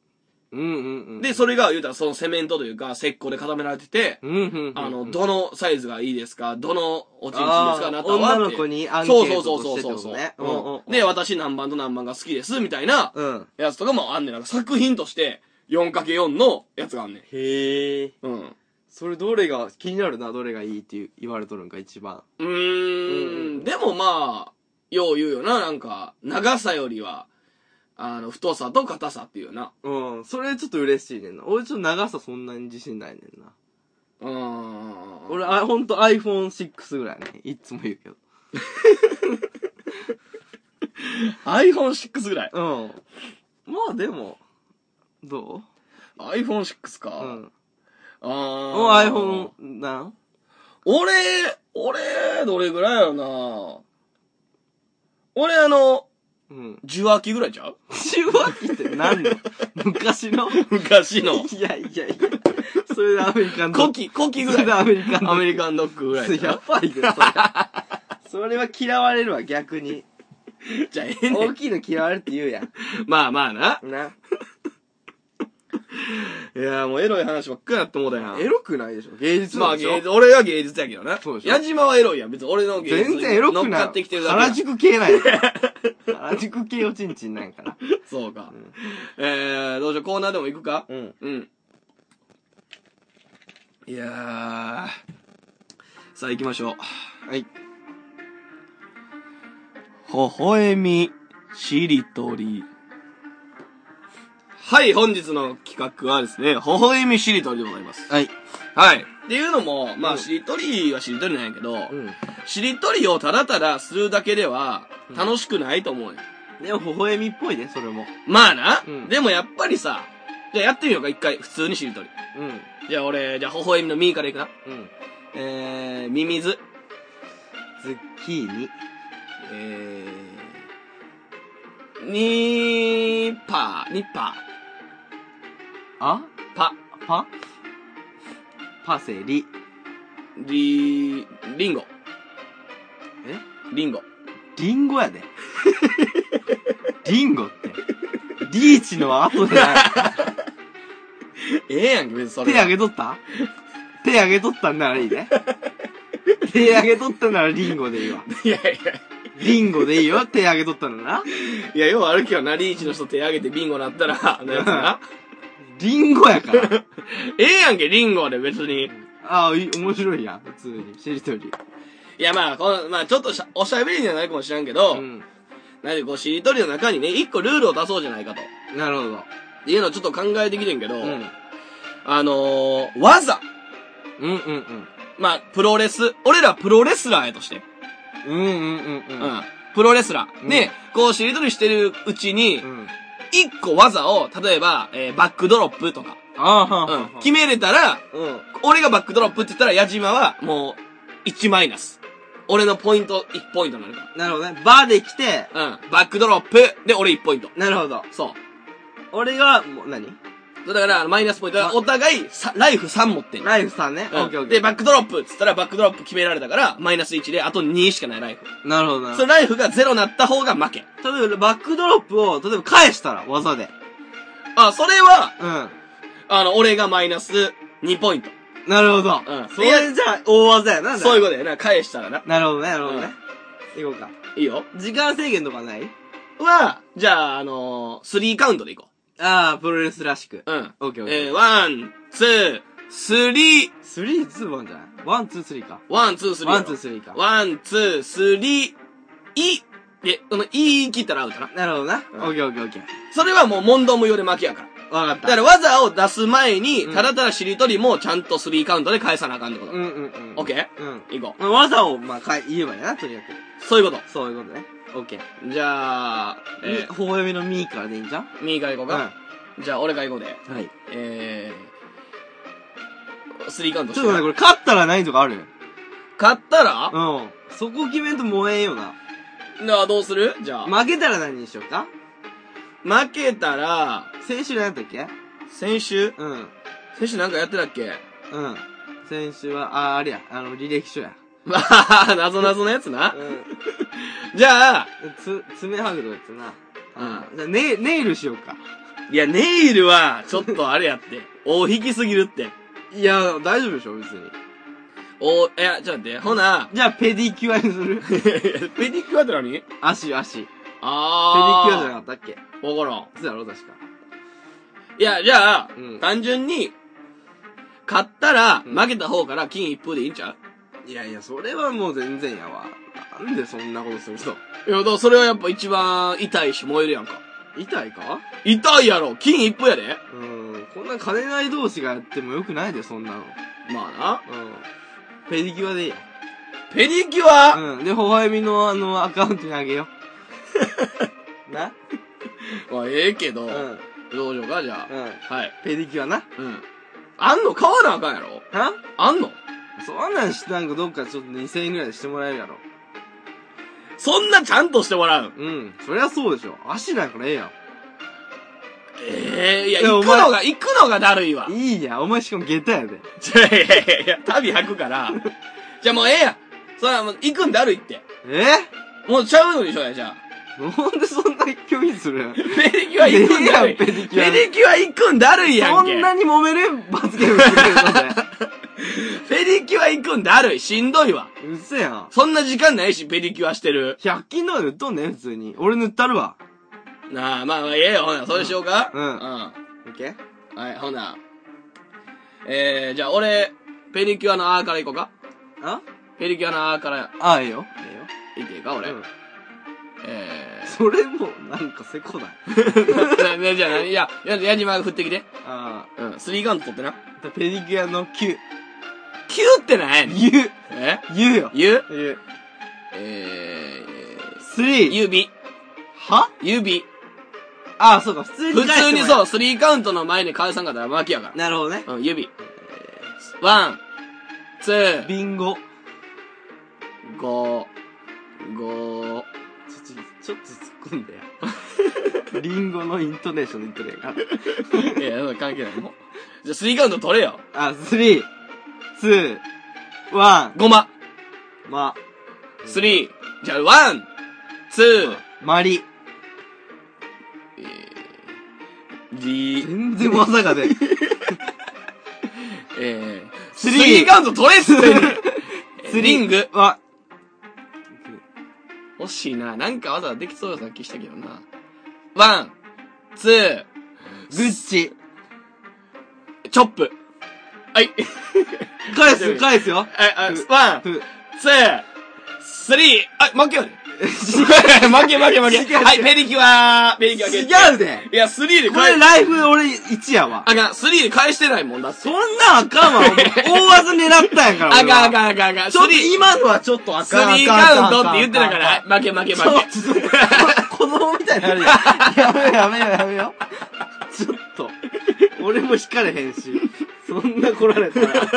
うんうんうん。
で、それが、言うたら、そのセメントというか、石膏で固められてて、
うんうんうんうん。
あの、
ん、
どのサイズがいいですかどのおちんちんですか
あ
あ
ー
なたは
女の
って
子にアンケ
そう
ー
そう
ト
そう
と
そ
し
う
てって
そう
こ
そ
と
う、
ね。
うんで、私何番と何番が好きです、みたいな
うん。うん。
やつとかもあんねん。なんか作品として、4×4 のやつがあんねん。
へえ。
うん。
それどれが、気になるな、どれがいいって言われとるんか、一番。
う
うん
ー
うん
ん。でもまあ、よう言うよな。なんか、長さよりは、あの、太さと硬さっていうよな。
うん。それちょっと嬉しいねんな。俺ちょっと長さそんなに自信ないねんな。
うーん。
俺、あ、ほんと iPhone6 ぐらいね。いつも言うけど。
iPhone6 ぐらい。
うん。まあでも、ど
iPhone6 か。
ううん。
あー
もう iPhone なん
俺、俺、どれぐらいやろな俺、あの、
うん。
受話器ぐらいちゃう
受話器って何の昔の
昔 の。
いやいやいや。それでアメリカンド
コ
ッ
キ、コキ
グ。
ぐ
そ
ら
れで
い。
アメリカンド
ア
ッ
メリカンドッグぐら
グ。
いちゃ
や
う
ばいよ、それ。 それは嫌われるわ、逆に。
じゃあ、ええね
大
ん。
きいの嫌われるって言うやん。
まあまあな。
な。
いやーもうエロい話ばっかりやってもうたやん。
エロくないでしょ芸術
ま
な
あ
んでしょ、
芸術、俺は芸術やけどな。
そうでしょ
矢島はエロいやん。別に俺の芸術
全然エロくない。
乗っかってきてるだけやん
原宿系なんやから。原宿系おちんちんなんやから。
そうか。えー、どうしよう、コーナーでも行くか
うん。
うん。いやー。さあ行きましょう。
はい。
微笑み、しりとり。はい、本日の企画はですね、微笑みしりとりでございます。
はい。
はい。っていうのも、ま
う
あ、
ん
しりとりはしりとりなんやけど、
うん。
しりとりをただただするだけでは
うん
楽しくないと思うよ。
でも、微笑みっぽいね、それも。
まあな、
うん
でもやっぱりさ、じゃあやってみようか、一回、普通にしりとり。
うん。
じゃあ俺、じゃあ、微笑みのミーからいくな。
うん。
えー、ミミズ。
ズッキーニ。
えー、ニッパー、ニッパ
あ
ー、パ、
パパセリ。
リ、リンゴ、
え
リンゴ。
リンゴやで。リンゴって。リーチの 後じゃない。
ええやんけ、別にそれ
手
は。
あげとった手あげとったんならいいね。手あげとったならリンゴでいいわ。
いやい
リンゴでいいよ、手あげとったのな。
や。いや、よう歩きはな、リーチの人手挙げてビンゴなったら、あのやつな。
リンゴやから。
ええやんけ、リンゴで別に。
ああ、い面白いやん、普通に。しりとり。
いや、まあ、この、まあ、ちょっとしゃおしゃべりにはないかもしらんけど、
うん。
なんでこう、しりとりの中にね、一個ルールを出そうじゃないかと。っ
なるほど。
ていうのをちょっと考えてきてんけど、
うん。うん
あのー、技。
うんうん。
まあ、プロレス。俺らプロレスラーやとして。
うんうんうんう。
うんん。プロレスラー。
うん
ね、こう、しりとりしてるうちに
う、ん。
一個技を、例えば、えーバックドロップとか、
ああ、はあは
うん
あ。
決めれたら、
うん。
俺がバックドロップって言ったら、矢島は、もう、1マイナス。俺のポイント、1ポイントになるか
なるほどね。バーで来て、
ら。うん。バックドロップで、俺1ポイント。
なるほど。
そう。
俺が、もう、何
そうだから、あのマイナスポイントは、
ま
お互いさ、ライフ3持ってん。
ライフさんね。オッケー
う
オッ
ん
ケ
で、
ー。
バックドロップっつったら、バックドロップ決められたから、マイナス1で、あと2しかないライフ。
なるほどなる
そ
ほ
のライフが0になった方が負け。
ど。例えば、バックドロップを、例えば返したら、技で。
あ、それは、
うん。
あの、俺がマイナス2ポイント。
なるほど。
うん
それじゃあ、大技やな。
そういう
こ
ことやな。返したらな。
と。なるほどね、なるほどね。行こうか。
いいよ。
時間制限とかない
は、じゃあ、あのー、3カウントでいこ
ああ、プロレスらし
う。
く。
うん。
オッケーオッケー。
えー、ワン、ツー、スリー、
スリー、ツー、ワンじゃないワン、ツー、スリーか。
ワン、ツー、スリー。
ワン、ツー、スリーか。
ワン、ツー、スリー、い、で、この、い切ったらアウトな。
なるほどな。
うん
オッケーオッケーオッケー。
それはもう問答無用で負けやから。
わかっ
だ
た。
から技を出す前に、
うん
ただただしりとりもちゃんとスリーカウントで返さなあかんってこと。
うんうんうん。
オッケ
ー。うん。
ー行こ
まあ技を、まあ、かい言えばいいな、とにか
う。そういうこ
く。そういうことね。オッケー。
と。じゃあ、え
え、微笑みのミーからでいいんじゃん
ー、右から行こうか。じゃあ、俺から行こうで。
うん。はい。
えー、スリーカウント
ち
し
ょってとね、これ、勝ったらないとかあるよ。
勝ったら、
うん。そこ決めんと燃えんよな。
なあどうするじゃあ、
負けたら何にしようか
負けたら、
先週何やったっけ
先週
うん。
先週なんかやってたっけ
うん。先週は、あ、あれや、あの、履歴書や。
まあ、なぞなぞのやつな。
う
じゃあ、
ん。 つ、爪剥ぐとかやつな。
う
うん。じゃあ、ネイ、ネイルしようか。
いや、ネイルは、ちょっとあれやって。大引きすぎるって。
いや、大丈夫でしょ、別に。
お、いや、ちょっと待って。ほな、
じゃあ、ペディキュアにす る
ペディキュアって何
足、足。ペディキュ
あ
ア
ー。
じゃなかったっけ
わからん。
そうやろ、確か。
いや、じゃあ、
うん
単純に、勝ったら、
うん
負けた方から金一封でいいんちゃ
いやいや、それはもう全然やわ。なんでそんなことするの
ういや、だからそれはやっぱ一番痛いし燃えるやんか。
痛いか
痛いやろ金一封やで
うん。こんな金ない同士がやってもよくないで、そんなの。
まあな。
うん。ペディキュアでいいや。
ペディキュ ア、
うん。で、微笑みのあの、アカウントにあげよ う。な
まあええけど、
うん。
どうしようか、じゃあ。
うん。
はい。
ペディキュアな。
うん。あんの買わなあかんやろ
は
あんの
そんなんし、なんかどっかちょっと2000円ぐらいでしてもらえるやろ。
そんなちゃんとしてもらうん
うん。そりゃそうでしょ。足なんからええや
ええいや、
いや
行
お
く
前
のが、行くのがだ るいわ
ん。。いいや。お前しかも下駄やで。
いやいやいやいや、旅履く から。じゃあもうええやん。それはもう行くんだるいって。
え
もうちゃうのにしょうや、じゃあ。
なんでそんな拒否するん
ペディキュア行くんだるい。
ええやんペ
ペ
デ
デ
ィ
ィ
キュア
キュア行くんだるいや
そ
んけ。
んなに揉める罰ゲームしてくれる
ペディキュア行くんだるい。しんどいわ。
のうそやん。
そんな時間ないし、ペディキュアしてる。
100均とかで売っとんねん、普通に。俺塗ったるわ。
なあ、まあまあ、ええよ。ほな、それしようか。
うん
う
オッケ
ん。
ー
はい、ほな。えー、じゃあ俺、ペディキュアのあーから行こうか。
あ
ペディキュアのあーから
ああ、ええよ。ええよ。
行っていいか、俺。
うん
え
それも、なんかせこない。
ーな。じゃあ何いや、や、矢島が振ってきて。
あ
うん。スリーカウント取ってな。
あ。ペディキュアの9。
9ってなんやねん。
言う。
え
言うよ。
言う
言う。
えー、
3。
指。
は
指。
ああ、そうか、普通に。
普通にそうう、スリーカウントの前に返さんかったら負けやか
なるほどね。
ら。うん、指。ワン、ツー、
ビンゴ。
ゴー、ゴー。
ちょっと、ちょっと突っ込んだよ。リンゴのイントネーションで言っとるやん か。
いや、そんな関係ないもん。じゃあ、スリーカウント取れよ。
あ、スリー、ツー、ワン、
ゴマ。
ま、
スリー。じゃあ、ワン、ツー、
マリ。
リー、
全然技が出ん。
えー、ス
スリー
リーカウント取れっすね
ス
リング。
わ。
惜しいな。なんかわざわざできそうな気したけどな。ワン、ツー、
グッチ。
チョップ。はい。
返すよ、返すよ。
え、あ、ワン、
ふ
ツー、スリー、あ、負けよね。負け負け負
違う違
け。
う
はい、ペリキュアー、ペリキュア決定
違うで
いや、スリーで
これ
返、
ライフ俺1やわ。
あかん、スリーで返してないもんだって
そ。んなんあかんわ、お前大技狙ったんやか
あか
ら。
ん
俺は
あかんあかんあかん。
ちょっと
スリー
今のはちょっとあ
ス
かん。
リー
あかん
カウントって言ってたか。ら、
あかん
はい負け負け
ちょっ
負
と、ちょっと子供みたいになるやん。やめようやめようやめよう。ちょっと、俺も引かれへんし、そんな来られたら。
け。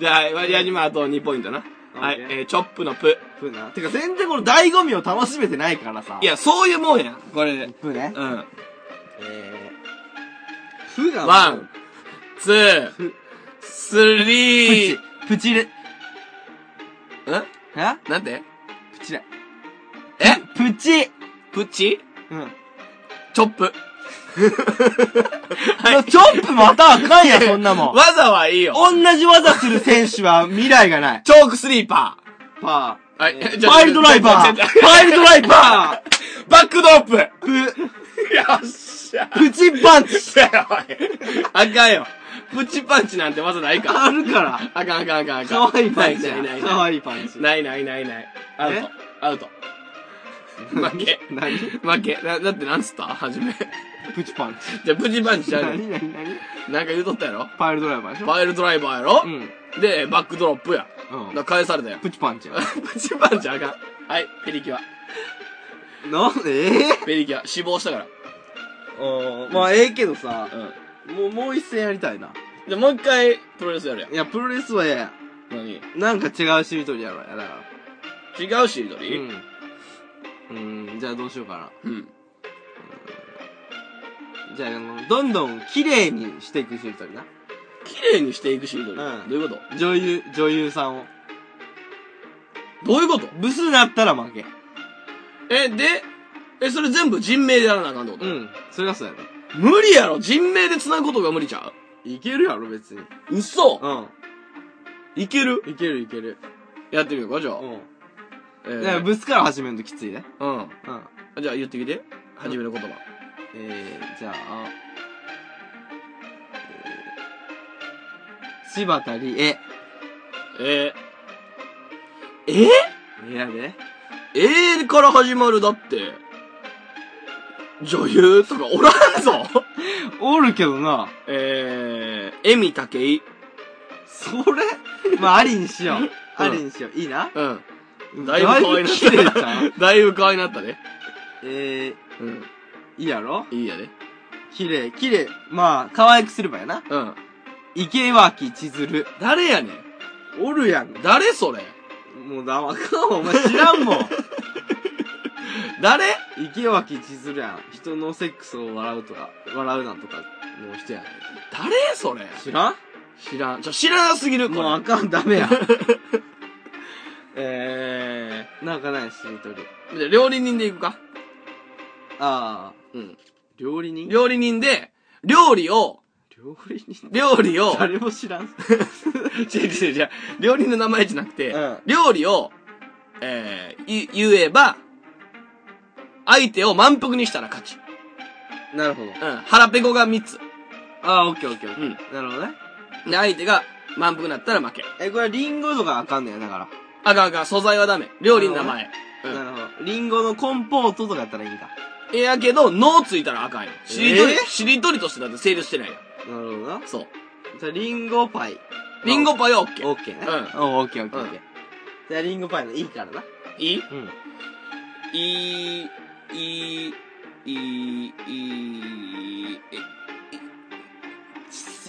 じゃあ、矢島あと2ポイントな。はい、
オッケー
えー、チョップのプ。
ふうな。てか全然この醍醐味を楽しめてないからさ。
い、や、そういうもんやん、これで。
ふうね。
うん。
えー、ふが、
ワン、ツー、ス
プ
リ
チ
ー、、
プチレ、
ん
え
なんて
プチレ。
え
プチ
プチ
うん。
チョップ。はい。
チョップまたあかんや、そん なもん。
技はいいよ。
同じ技する選手は未来がない。
チョークスリーパ
パ
ー。はい。
ー。
じゃあ
パイルドライバー
じゃあじゃあ
パイルドライバ
バックドープよ
ープ、
っし ゃ。
プチパンチ
あかんよ。プチパンチなんて技ないから。
あるから。
あかんあかんあかんあ
か
かん。
わいいパンチ
ないないない。
かわいいパンチ。
ないないないない。アウ
え
ト。アウト。負け。
何
負け。なだってなんつった初め。
プチパンチ。
じゃあ、プチパンチちゃうねん
何何何
なんか言うとったやろ
パイルドライバーでしょ
パイルドライバーやろ、
うん。
で、バックドロップや。
う
だか
ん
ら返されたよ。
プチパンチや。
プチパンチあかん。はい、ペリキュア。
なんでええ
ペリキュア。死亡したから。
うんまあええけどさ、
うん。
もう、もう一戦やりたいな。
じゃあもう一回、プロレスやるやん。
いや、プロレスはええや
何
ん。なんか違うしりとりやろ、やだから。
違うしりとり
うん。うん、じゃあどうしようか
うん。
な。じゃあ、あの、どんどん綺麗にしていくしりとりな。
綺麗にしていくしりとり。
うん
どういうこ
女優、女優さんを。
とどういうこと
ブスなったら負け。
え、で、え、それ全部人名でやらなあかんってこと、
うん。それがそうやね。
無理やろ人名で繋ぐことが無理ちゃ
いけるやろ、別に。
う嘘
うん。
いける
いけるいける。
やってみようか、じゃあ。
う
え
ん。
ー
だからブスから始めるときついね。
うん。
うん。
じゃあ言ってきて。初めの言葉。
えー、じゃあ、えー、柴田理恵。
えー、え
えやで。
えー、から始まるだって、女優とかおらんぞ
おるけどな。
えー、エミタケイ。
それまあ、ありにしよう。
うん
ありにしよう。いいな
うん。だいぶ可愛いな
綺麗じゃん。
った。 だいぶ可愛いなったね。
えー、
うん。
いいやろ
いいやね。
綺麗、綺麗。まあ、可愛くすればやな。
うん。
池脇千鶴。
誰やねん。
おるやん。
誰それ
もうだわかんわ。お前知らんもん。
誰
池脇千鶴やん。人のセックスを笑うとか、笑うなんとかの人やん。
誰それ
知らん
知らん。じゃ、知らなすぎる、こ
もうあ
れ。
かん、ダメや。
えー、
なんかないしりとり。
じゃあ料理人で行くか。
ああ、
うん。
料理人
料理人で、料理を、
料理人
料理を、
誰も知らん。
違う違う違う、料理の名前じゃなくて、
うん
料理を、えー、い言えば、相手を満腹にしたら勝ち。
なるほど。
うん。腹ペコが3つ。
ああ、オッケーオッケーオッケ
うん。
ー。なるほどね。
で、相手が満腹になったら負け。
え、これはリンゴとかあかんねや、だから。
あかんあかん、素材はダメ。料理の名前。うん
なるほど。リンゴのコンポートとかやったらいいんか。
えやけど、脳ついたらあかんよ。しりとり、
えー
しりとりとしてだって成立してないよ。
なるほどな。
そう。
じゃあ、リンゴパイ。
リンゴパイはオッケー。
オッケーね。うん。オッケーオッケーオッケー。じゃあ、リンゴパイのいいからな。
いい
うん。
いい、いい、いい、いい、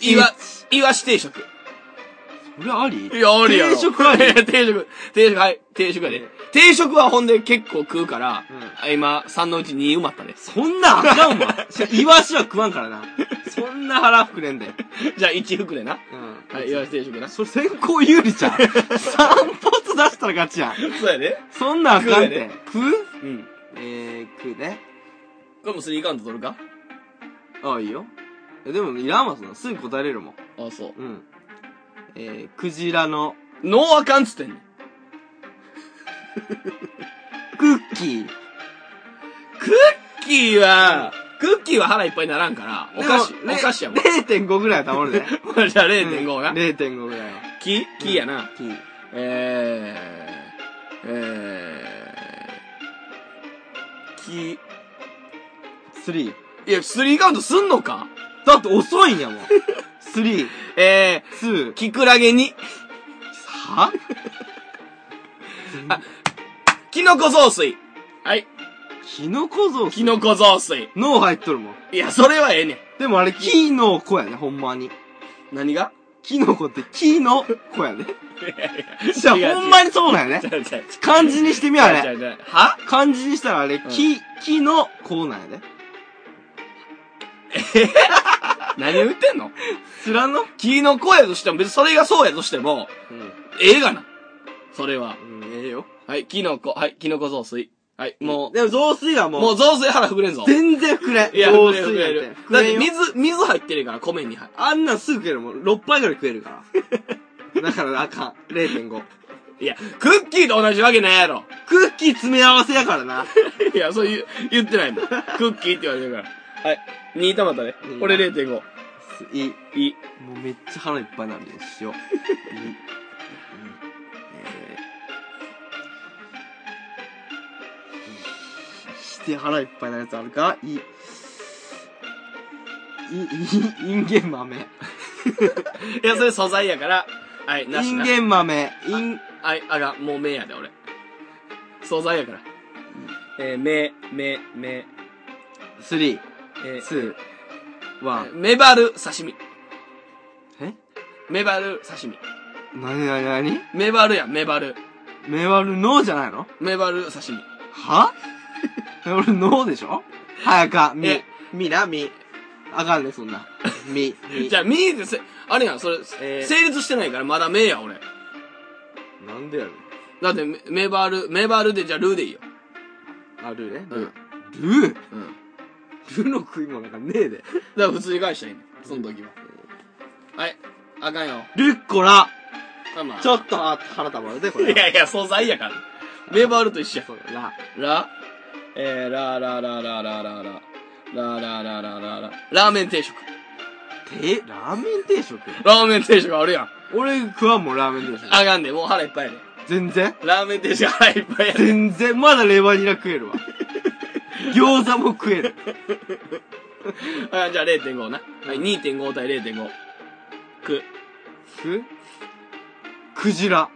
えいいわ、いわし定食。
それあり
いや、あるやろ。
定食あ
いや
り
定食、定食、はい、定食やで
ね。
定食はほんで結構食うから
うん、
あ今、3のうち2埋まったね。
そんなんあかんわ。 しかもイワシは食わんからな。そんな腹膨れんで。
じゃあ1服でな。
うん。
はい、いわし定食な。そ
それ先行有利じゃん。3発出したら勝ちやん。
うやで。
そんなんあかんて。食う,、
うん。
えー、食うね。
これも3カウント取るか
ああ、いいよ。えでも、いらんわ、そんなんすぐ答えれるもん。
あ、そう。
うん。えー、クジラの
ノーアカンっつってんねん
クッキー。
クッキーは、クッキーは腹いっぱいにならんから、お菓子、
でも
お
ね
菓子やもん。
0.5ぐらいは保るね。
じゃあ0.5な。
0.5ぐらいは。
木木やな。
金。
えー、えー、
3。
木。いや、スリーカウントすんのか
だって遅いんやもん。3、
え
2
ー、、キクラゲに、
は
キノコ雑炊。はい。
キノコ像
キノコ雑炊。
脳入っとるもん。
いや、それはええねん。
でもあれ、キノコやね、ほんまに。
何が
キノコってキノコやね。じゃあ、
違う違う
ほんまにそうなんや
じゃ
ね。
あじゃあ
漢字にしてみようあ
じゃあ
れ。
じゃあは
漢字にしたらあれ、
ん
キ、キのコなんやね。
何言ってんの
知らんの
木の子やとしても、別にそれがそうやとしても、ええがな。それは。
うん。ええよ。
はい、キノコ、はい、キノコ雑炊。はい、も
でも、雑炊は
う、も
も
う
う、
雑炊腹膨れんぞ。
全然膨れん。
いや、
雑
膨れる
炊
膨
な
れ
ん
る
て。
だっ
膨れ
て
んよ。
水、水入ってるから、米に入
あんなんすぐ食えるもん。6杯ぐらい食えるから。だからあかん。0.5。
る。いや、クッキーと同じわけないやろ。
クッキー詰め合わせやからな。
いや、そう言う、言ってないもん。クッキーって言われてるから。はい。2たまたね
うん。
俺0.5。
いい。
いい。
もうめっちゃ腹いっぱいになるでしよう。いいえーして腹いっぱいなやつあるかいい。いい、いい、インゲン豆。
いや、それ素材やから。はい、な
イ
し
ン
な。
ゲン豆。イン、
はい、あが、もう目やで、俺。素材やから。えー、目、目、目、
スリー、
えー、
ツー、ワン。
メバル刺身。
え
メバル刺身。
なになになに
メバルや、メバル。
メバルノーじゃないの
メバル刺身。
は 俺、ノーでしょ早か、み
え。
みな、み。あかんね、そん な。み、み
じ。ゃあ、ミーでせ、あれやん、それ、
えー
成立してないから、まだ目や、俺。
なんでやねん。
だってメ、メバル、メバルで、じゃあ、ルーでいいよ。
あ、ルーね。
うん。
ル
う
ー
ん。だか
ルーの食い物なんかねえで。
ら、普通に返したらいいね。その時は。はい。あかんよ。
ルッコラ
まあまあ。
ちょっとは腹たまるで、これ。
いやいや、素材やから。メバルと一緒や。
そうだな。
ラ、えー、ラララララララ。ラララララララ。ラーメン定食。
て、ラーメン定食
ラーメン定食あるやん。
俺食わんもん、ラーメン定食。
あかんで、もう腹いっぱいやで。
全然
ラーメン定食腹いっぱいやで。
全然、まだレバニラ食え るわ。餃子も食える。
あじゃあ0.5な。はい、2.5対0.5。く。
くクジ ラ。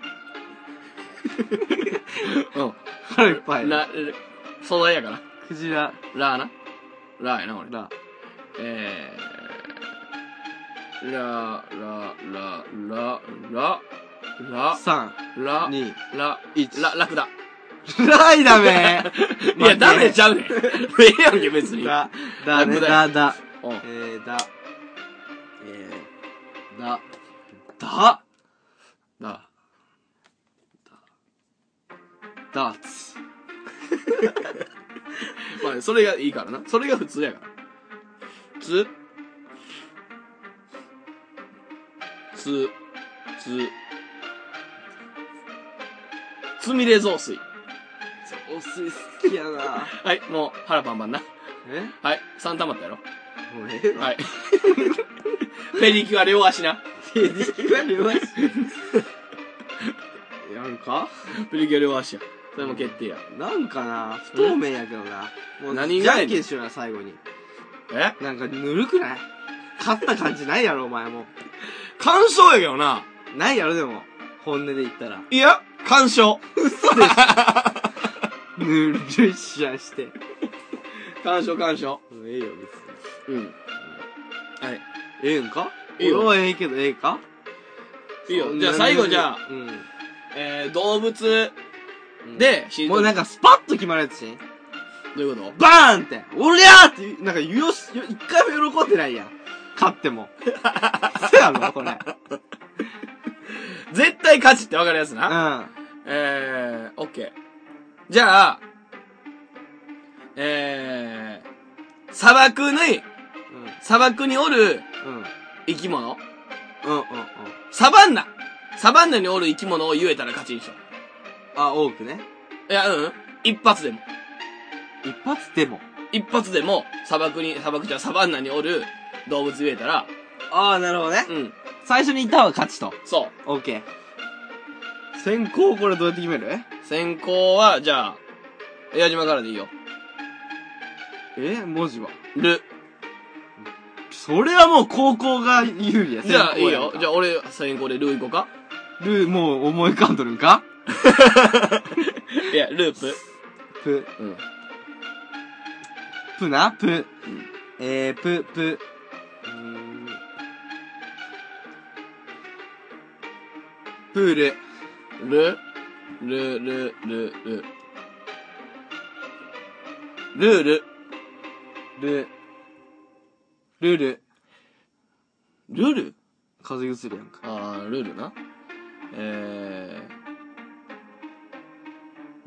うん。
腹いっぱい。
ラ、素材やから。
クジラ。
ラーな。ラーやな、俺。
ラ。
えー、ラ、ラ、ラ、ラ、ラ、ラ、
3、
ラ、
2、
ラ、
1
ラ、ラクダ。
ライダメ
いや、ダメち
ゃ
ゃうねん。 ええやんけ、別に。うん。
だ、だね、だ、だ、え
あ
ー、だ、えー、だ、だ、
だ、
だ、ダーツ。
まあ、それがいいからな。それが普通やから。つ、つ、つ、つみれ雑炊。
お水好きやな
はい、もう腹パンパンな。
え
はい、3玉ったやろ。
もうええ わ。
はい。ペリキュア両足な。
手では両足。やるか
ペリキュア両足や。それも決定や。
なんかな不透明やけどな。もう
何
じ
が
ゃ
やねん
んけんしような、最後に。
え
なんかぬるくない勝った感じないやろ、お前も。
干渉やけどな。
ないやろ、でも。本音で言ったら。
いや、干渉。
嘘でしょ。ぬるい試合して。
干渉干渉。
もうええよ、別に。
うん。はい。
ええんか
いいよ
俺はええけど、ええか
いい
そ
よ。
ん
じ
な
ゃあ最後じゃあ、
う
えー、動物
ん。
で、し
う
り
ん、
と
もう
り
なんかスパッと決まるやつしん。
どういうこと
バーンって、おりゃーって言う、なんか言うよし、よ一回も喜んでないやん。勝っても。 そやろ、これ。
絶対勝ちってわかるやつ
う
な。
ん。
えー、オッケー。じゃあ、えー、砂漠に、
うん。
砂漠におる
うん。
生き物。
うんうんうん。
サバンナ。サバンナにおる生き物を言えたら勝ちにしよ
あ、多くね。
う。いや、うん。一発でも。
一発でも。
一発でも、砂漠に、砂漠じゃサバンナにおる動物言えたら、
ああ、なるほどね
う。ん。
最初にいた方が勝ちと。
そう。
オッケー。先行これどうやって決める
先行は、じゃあ、矢島からでいいよ。
え文字は。
る。
それはもう高校が有利や。
じゃあ、いいよ。じゃ
ゃ
あ、俺、先行でルー行こうか。
あ。ルー、もう思い浮かんどるんか
いや、ループ。
プ、
うん。
プなプ。えー、プ、プ。うーんプール。
ル、ル、ル、ル、ル。ルール。
ル。ルール。
ルール
風邪薬やんか。
あー、ルールな。え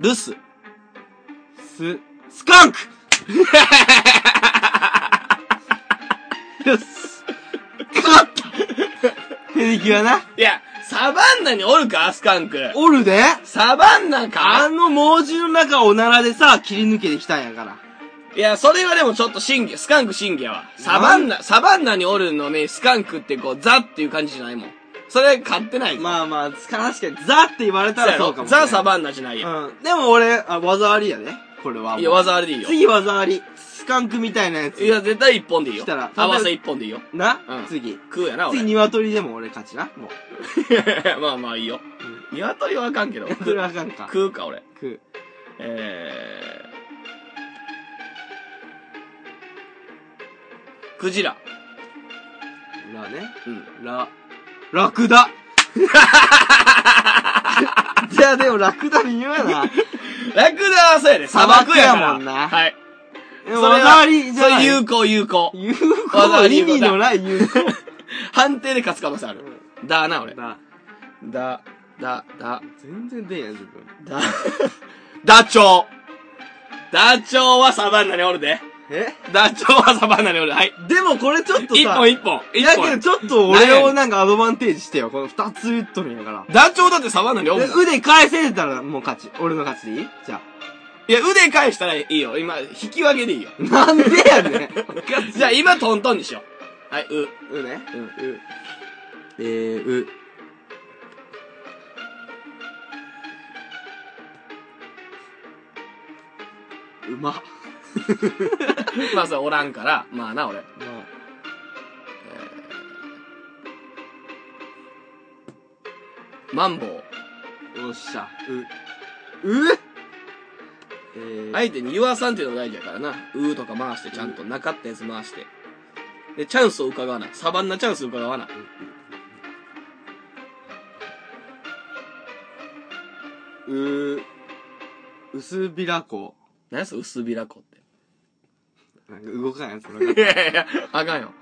ー、ルス。
す、スカンク よし。 勝ったペディキュアな。
いや、サバンナにおるか、アスカンク。
おるで
サバンナ
あ
か
の猛獣の中をおならでさ、切り抜けてきたんやから。
いや、それはでもちょっと審議、スカンク審議やわ。サバンナ、サバンナにおるのね、スカンクってこう、ザっていう感じじゃないもん。それ、買ってないあ、
まあまあ、確かに、ザって言われた
そうや
らそ
ろ
うかも、ね。
ザサバンナじゃないや。
うん。でも俺、あ、技ありやね。これは。
いや、技あれでいいよ。
次技あり。スカンクみたいなやつ。
いや、絶対一本でいいよ
来たら。
合わせ一本でいいよ。
な、
うん
次。
食うやな、俺
次、。鶏でも俺勝ちな。もう。
まあまあいいよ。鶏はあかんけ ど。
それはあかんか。
食うか、俺。
く。
えー。クジラ。
らね。
うん。
ら。ラクダ じゃあでもラクダ微妙 やな。
ラクダはそうやで、砂漠やから。
砂漠やもんな
はい。
でも技ありじゃ
そ
な
れ
い。
有効有効。
有
技あ
効
り
意味のない有効。
判定で勝つ可能性ある。だ な、俺。
な
だ、だ、だ、
全然出んやん、自分。
だ、 ダチョウ。ダチョウはサバンナにおるで。
え
ダチョウはサバンナにおる。はい。
でもこれちょっと
一
さ
本、一本。
い
一
やけど
本。
ちょっと俺をなんかアドバンテージしてよ。この二つ打っとるんやから。
ダチョウだってサバンナにおる
で
もん。
腕返せたらもう勝ち。俺の勝ちでいいじゃ
いや、腕返したらいいよ。今、引き分けでいいよ。
あ。 なんでやねん。
じゃあ今、トントンにしよう。はい、う。
うね。
うん
う。えー、う。うま。
まあ、それおらんから、まあな、俺。
ま
マンボウ。
あ、おっしゃ。う。うえー、い。
相手に言わさんっていうのが大事やからな。うーとか回して、ちゃんとなかったやつ回して。で、チャンスを伺わな。サバンナチャンスを伺わな。
う。薄びらこ
何やそれ、薄びらこって。
う。なんか動かんやつ。俺
い
が
やいやいや、あかんよ。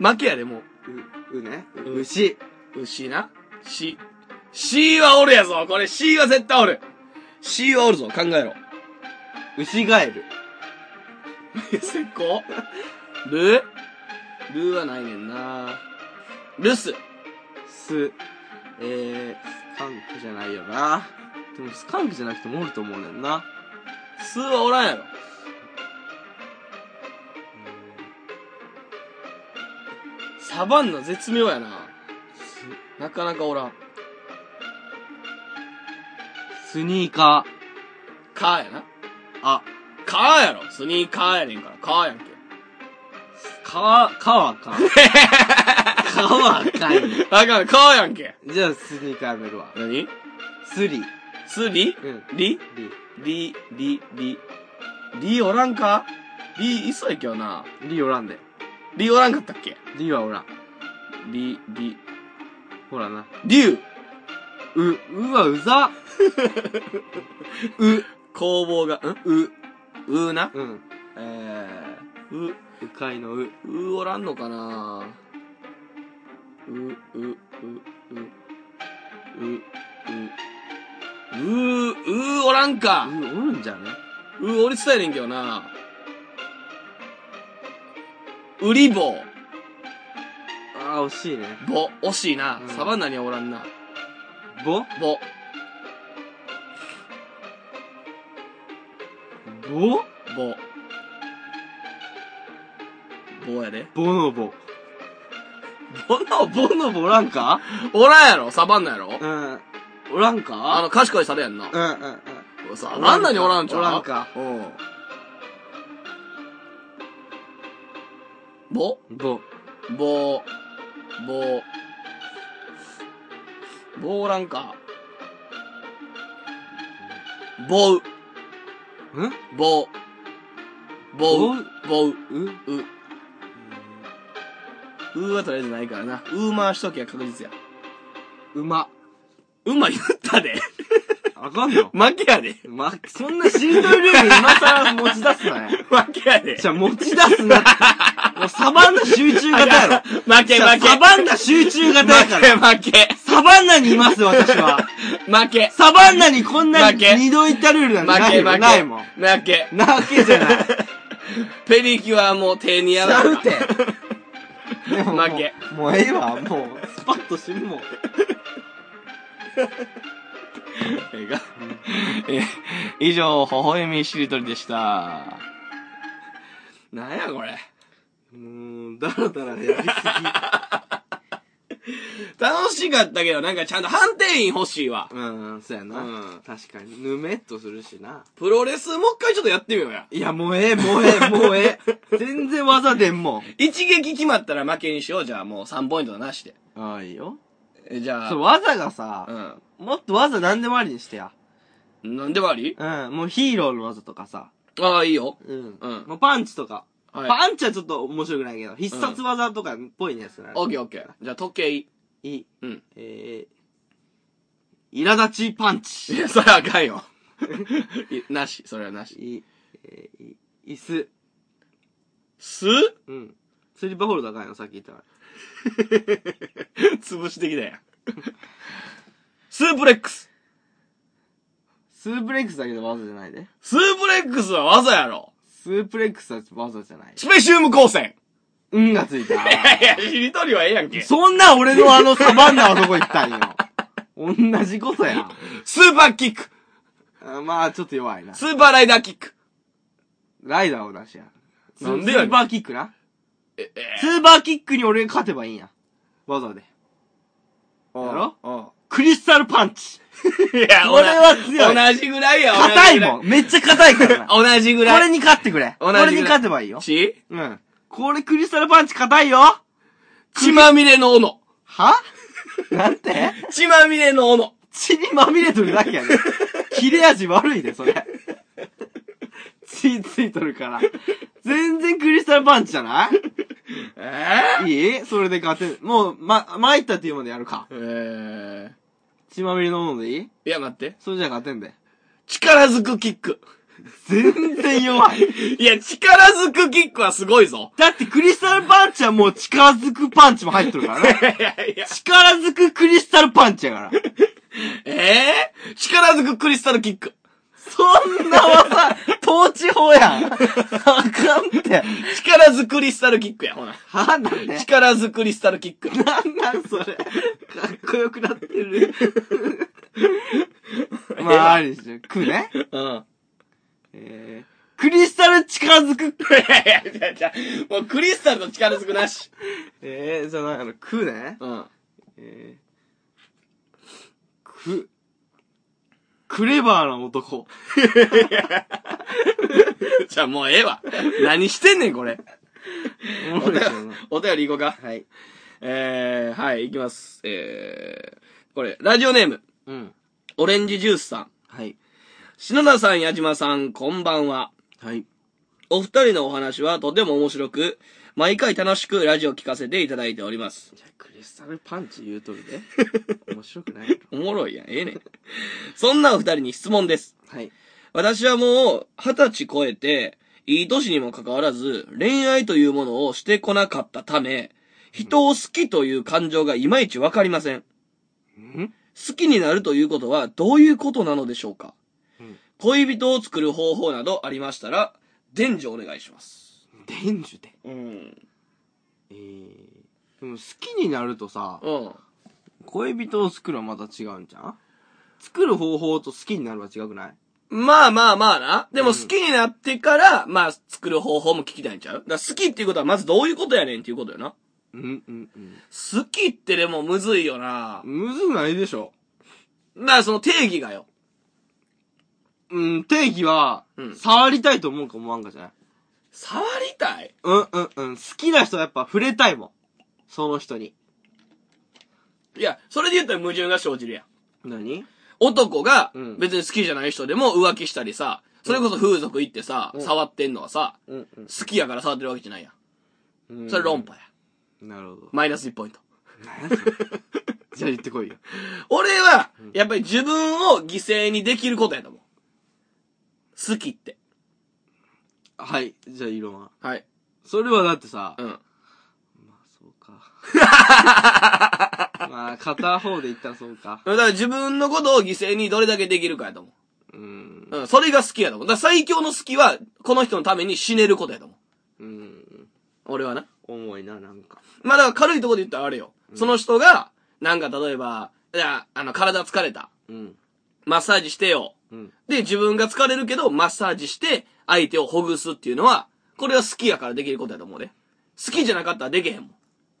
負けやで、も
う、うね。
う
う牛。
う。牛な。し。C はおるやぞこれ C は絶対おる C はおるぞ、考えろ。
牛ガエル。
せっこルルはないねんなルス。
ス、えー、スカンクじゃないよな。でもスカンクじゃなくてもおると思うねんな。
スはおらんやろ。サバンナ絶妙やな。なかなかおらん。
ス、スニーカ
カーやな。
ー。あ、
カーやろ。スニーカーやねんから。カーやんけ。
かわ、かわ か。かわかい。
あかん、カーやんけ。
じゃあスニーカーやめるわ。
何
スリ。
スリ
うん。
リ
リ。
リ、リ、リ。リおらんかリいそうやけどな。
リおらんで。
リおらんかったっけ
リはおらん。
リ、リ、
ほらな。
リュウ
う、うはうざ。う、
工房が、ん
う、
うーな
うん。
えー、う、
うかいのう。
うおらんのかなう、う、う、う、う、う、う、う、うおらんか
う、おるんじゃね
う、おり伝えねんけどな。うりぼう。
あー、惜しいね。
ぼ、惜しいな
う。ん
サバンナにはおらんな。
ぼ
ぼ、
ぼ
ぼ。ぼやで。
ボノボ。
ぼのぼ
ボノボおらんか
おらんやろサバンナやろ
うん。おらん
あ
か
の、賢い猿やんな
う。んうんうん。
サバンナにおらんちゃう
おらんか。
うん。ぼ
ぼ。
ぼぼぼおらんか。ぼう。
ん
ぼう。ぼう。ぼう。
う
う。うーはとりあえずないからな。うー回しときゃ確実や。
うま。
うま言ったで。
あかんよ。
負けやで。
ま、そんなしんどいルール今更持ち出すなよ。
負けやで。
じゃあ持ち出すなって。もうサバンナ集中型やろ。
負け
じゃあ
負け。
サバンナ集中型やから。
負け負け。
サバンナにいます、私は。
負け。
サバンナにこんな
負
に
け
二度言ったルールなんて
負
な
け
い
負け。
もん。ないもん。
負け。
なわけじゃない。
ペリキュアも手にや
ちゃ
られ
う
た
て。でももう
負け。
もうええわ、もう。スパッと死ぬもん。
ええかえ以上、微笑みしりとりでした。なんやこれ。
もう、だらだらやりす
楽しかったけど、なんかちゃんと判定員欲しいわ。
ぎ。 うん、そうやな。
うん
確かに。ぬめっとするしな。
プロレスもう一回ちょっとやってみようや。
いや、もうええ、もうえ え、もうええ。全然技でんもん。
一撃決まったら負けにしよう。じゃあもう3ポイントなしで。
ああ、いいよ。
えじゃあ、
そう、技がさ、もっと技何でもありにしてや。
うん。なんでもあり
うん、もうヒーローの技とかさ。
ああ、いいよ。
うん。
うん
もうパンチとか。
はい。
パンチはちょっと面白くないけど、必殺技とかっぽいやつな。
オッケーオッケー。じゃあ時
いい。
計。うん。
えー、苛立ちパンチ。
いや、それはあかんよ。いなし、それはなし。
い、えー、い、椅子。
す
うん。スリッパホールド高いの、さっき言ったから。
潰してきたやん。スープレックス
スープレックスだけど技じゃないで。
スープレックスは技やろ
スープレックスは技じゃない。
スペシウム光線
運がついた。
いやいや、しりとりはええやんけ。ス
そんな俺のあのサバンナはどこ行ったんよ。同じことやん
ーパーキック
あ。まあ、ちょっと弱いな。
スーパーライダーキック
ライダーを出しや。
なんでやねん
スーパーキックな。
え、え
スーパーキックに俺が勝てばいいんや。技で。
ー、
やろ
ろ
クリスタルパンチ。
いや、
これは強い
同じぐらいや、
硬いもん。めっちゃ硬いからな。こ
同じぐらい。
れに勝ってくれ。
同
こ
じぐらい
れに勝てばいいよ。
し
うん。これクリスタルパンチ硬いよ
血まみれの斧。
はなんて
血まみれの斧。
血にまみれとるだけやね。切れ味悪いで、それ。血ついとるから。全然クリスタルパンチじゃな
え
いいいそれで勝てる。もう、ま、参ったっていうまでやるか。
えー。
血まみれのものでいい
いや、待って。
それじゃ勝てんで。
力ずくキック。
全然弱い。
いや、力ずくキックはすごいぞ。
だってクリスタルパンチはもう力づくパンチも入っとるからね。
いやいや。
力づくクリスタルパンチやから。
ええー、力ずくクリスタルキック。
んな技、統治法やん。あかんって。
力ずくリスタルキックや、ほな。
はなんで
力ずくリスタルキック。
なんなんそれ。かっこよくなってる。 まあ、あるでしょ。くね。
うん。
えー、クリスタル力づく。
いやいやいやいやもうクリスタルの力ずくなし。
えー、じゃあなんかの、くね。
うん。
えー、く、クレバーな男。
じゃあもうええわ。何してんねん、これ。
おもろいけどな
お便り行こうか。
はい。
えー、はい、行きます。えー、これ、ラジオネーム、
うん。
オレンジジュースさん。
はい。
篠田さん、矢島さん、こんばんは。
はい。
お二人のお話はとても面白く、毎回楽しくラジオ聞かせていただいております。
じゃあクリスタルパンチ言うとる で。面白くないやろ
おもろいやん、ええねん。そんなお二人に質問です。
はい。
私はもう二十歳超えて、いい年にもかかわらず、恋愛というものをしてこなかったため、人を好きという感情がいまいちわかりません。
ん
好きになるということはどういうことなのでしょうか、
うん
恋人を作る方法などありましたら、伝授お願いします。
伝授で。
うん。
えー、でも好きになるとさ、
うん。
恋人を作るはまた違うんじゃん作る方法と好きになるは違くない
まあまあまあな。でも
うん
好きになってから、まあ作る方法も聞きたいんちゃうだから好きっていうことはまずどういうことやねんっていうことよな。
うんうんうん。
好きってでもむずいよな。
むずないでしょ。
だからその定義がよ。
うん、定義は、
うん
触りたいと思うか思わんかじゃない
触りたい
うんうんうん。好きな人はやっぱ触れたいもん。その人に。
いや、それで言ったら矛盾が生じるやん。
何
男が
うん
別に好きじゃない人でも浮気したりさ、それこそ風俗行ってさ、
うん
触ってんのはさ、
うん
好きやから触ってるわけじゃないやん。
うん
それ論破や。
なるほど。
マイナス1ポイント。
何 やそれじゃあ言ってこいよ。
俺は、やっぱり自分を犠牲にできることやと思う。好きって。
はい。じゃあ、異論は。
はい。
それはだってさ、
うん。
まあ、そう か。まあ、片方で言ったらそうか。
だから自分のことを犠牲にどれだけできるかやと思
うーん。
う。うん。それが好きやと思う。だから最強の好きは、この人のために死ねることやと思う。
うーん。
俺はな。
重いな、なんか。
まあだから軽いところで言ったらあれよ。その人が、なんか例えば、いや、あの、体疲れた。
うん。
マッサージしてよ。
うん。
で、自分が疲れるけど、マッサージして、相手をほぐすっていうのは、これは好きやからできることやと思うで。好きじゃなかったらできへんもん。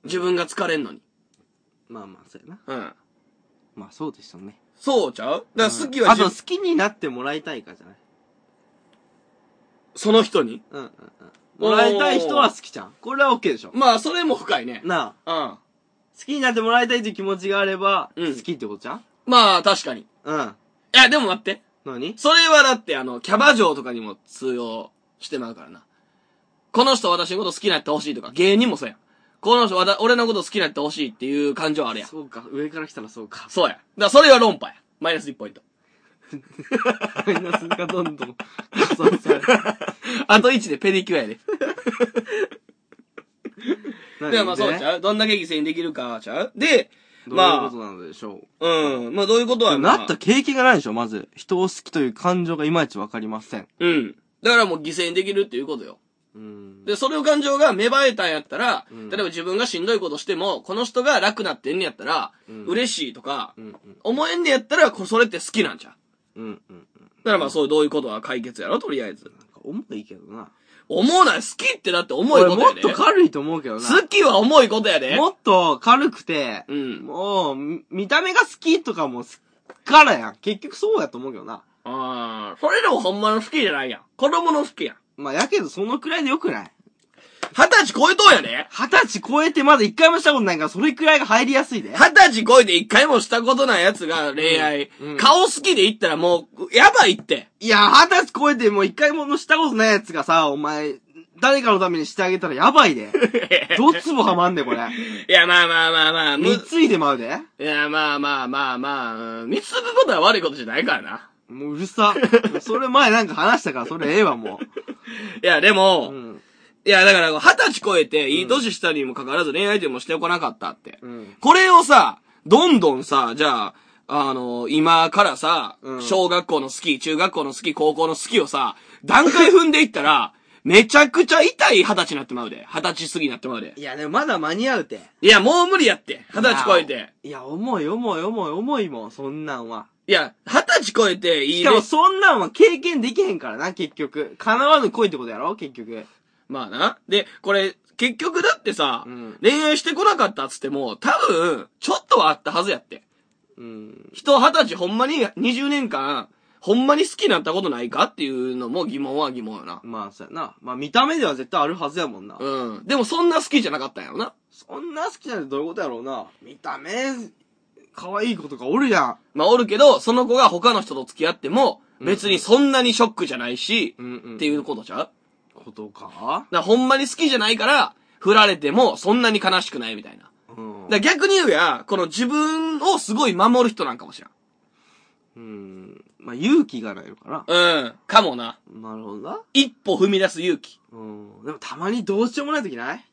自分が疲れんのに。
まあまあ、そうやな。
うん。
まあ、そうでしたね。
そうちゃうだから好き
うん
は
あ
自
と、
分、
好きになってもらいたいかじゃない
その人に。
うんうんうん。もらいたい人は好きじゃん。これは OK でしょ。
まあ、それも深いね。
なあ。
うん。
好きになってもらいたいという気持ちがあれば、
うん
好きってことじゃん
まあ、確かに。い
うん。
や、でも待って。
何
それはだって、あの、キャバ嬢とかにも通用してまうからな。この人私のこと好きになってほしいとか、芸人もそうやん。この人わた、俺のこと好きになってほしいっていう感情あるやん。
そうか、上から来たらそう か。
そうや。だからそれは論破や。マイナス1ポイン ト。
マイナスがどんどん加算される。
あと1でペディキュアやで。
なん
ではまあそうち
ゃ
ゃうどんだけ犠牲にできるかちゃうで、
どういう
ま
ことなのでしょ
あ、うん。まあどういうこと
う。
は、まあ
なった経験がないでしょ、まず。人を好きという感情がいまいちわかりません。
うん。だからもう犠牲にできるっていうことよ。
うん。
で、それを感情が芽生えたんやったら、
うん
例えば自分がしんどいことしても、この人が楽なってんねやったら、
うん
嬉しいとか、
うんうん
思えんねやったら、こそれって好きなんじゃう
うんうん。
だからまあそう、どういうことは解決やろ、とりあえず。
なんか重いけどな。
思うなよ、好きってだって重いこ
俺
と
も
や
っ
で。
と軽いと思うけどな。
好きは重いことやで。
もっと軽くて、
うん。
もう、み見た目が好きとかもすっからやん。結局そうやと思うけどな。
ああ、それでもほんまの好きじゃないやん。子供の好きやん。
まあ、やけどそのくらいでよくない
二十歳超えとんやで。
二十歳超えてまだ一回もしたことないから、それくらいが入りやすいで。
二十歳超えて一回もしたことないやつが恋愛、
うんうん
顔好きで言ったらもう、やばいって。
いや、二十歳超えてもう一回もしたことないやつがさ、お前、誰かのためにしてあげたらやばい で。どつもはまんで、これ。
いや、まあまあまあまあ、む、い
貢いでまうで。
や、まあまあまあまあ、うん三つぶことは悪いことじゃないからな。
もううるさ。それ前なんか話したから、それええわ、も
いや、で
う。
も、
うん。
いや、だから、二十歳超えて、いい年したにもかかわらず恋愛でもしてこなかったって。
うん。
これをさ、どんどんさ、じゃあ、あの、今からさ、
うん
小学校のスキー、中学校のスキー、高校のスキーをさ、段階踏んでいったら、 めちゃくちゃ痛い二十歳になってまうで。二十歳過ぎになってまうで。
いや、でもまだ間に合うて。
いや、もう無理やって。二十歳超えて。
いや、重い重い重い重いもん、そんなんは。
いや、二十歳超えていい
し
ね
かもそんなんは経験できへんからな、結局。叶わぬ恋ってことやろ結局。
まあな。で、これ、結局だってさ、
うん
恋愛してこなかったっつっても、多分、ちょっとはあったはずやって。
うん。
人二十歳ほんまに20年間、ほんまに好きになったことないかっていうのも疑問は疑問よな。
まあ、そうやな。まあ、見た目では絶対あるはずやもんな。
うん。でもそんな好きじゃなかったんやろな。
そんな好きなんてどういうことやろうな。見た目、可愛い子とかおるや
まあおるけど、その子が他の人と付き合っても、
うん
別にそんなにショックじゃないし
ん。、うんうん
って
う
いうことちゃうだか
ことから
ほんまに好きじゃないから、振られてもそんなに悲しくないみたいな。
うん。
だから逆に言うや、この自分をすごい守る人なんかもしれん。
うん。まあ、勇気がないのかな。
うん。かもな。
なるほどな。
一歩踏み出す勇気。
うん。でもたまにどうしようもないときない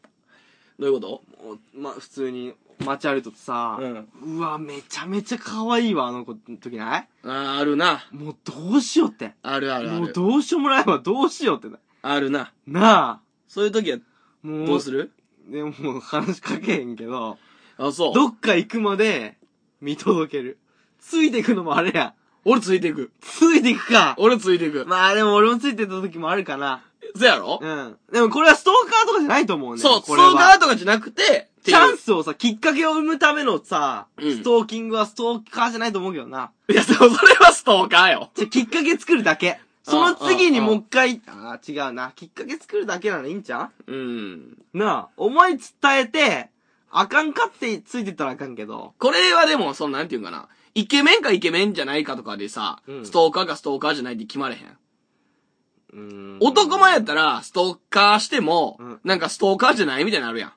どういうこと
もうまあ、普通に街歩いとってさ、
ん。
うわ、めちゃめちゃ可愛いわ、あの子の時ない
あーあるな。
もうどうしようって。
あるあるあ
もう
る。
どうしようもないわ、どうしようってな。
あるな。
なあ。
そういう時は
もう、
どうする
でももう話しかけへんけど、
あ、そう。
どっか行くまで見届ける。ついてくのもあれや。
俺ついていく。
ついてくか。
俺ついていく。
まあでも俺もついてた時もあるかな。
そやろ
うん。でもこれはストーカーとかじゃないと思うね。
そう、スト
これは
ーカーとかじゃなくて、って
チ
いう
ャンスをさ、きっかけを生むためのさ、
うん
ストーキングはストーカーじゃないと思うけどな。
いや、そうそれはストーカーよ。
じゃ、きっかけ作るだけ。その次に
ああ
もう一回、ああ、違うな。きっかけ作るだけならいいんちゃ
うん。
うなあ、思い伝えて、あかんかってついてったらあかんけど。
これはでも、その、なんていうんかな。イケメンかイケメンじゃないかとかでさ、
うん
ストーカーかストーカーじゃないって決まれへん。
うん
男前やったら、ストーカーしても、
うん
なんかストーカーじゃないみたいなのあるやん。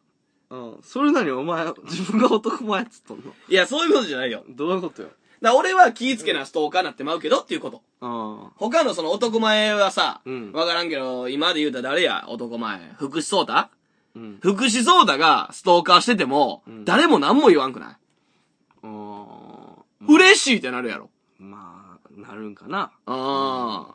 うん。それなにお前、自分が男前っつっとんの
いや、そういうことじゃないよ。
どういうことよ。
だ俺は気ぃつけなストーカーなってまうけどっていうこと。
あ
他のその男前はさ、
うん
わからんけど、今で言うたら誰や、男前。福士蒼太
うん。
福士蒼太がストーカーしてても、
うん
誰も何も言わんくない、
あ
嬉しいってなるやろ。
まあ、なるんかな。
ああ。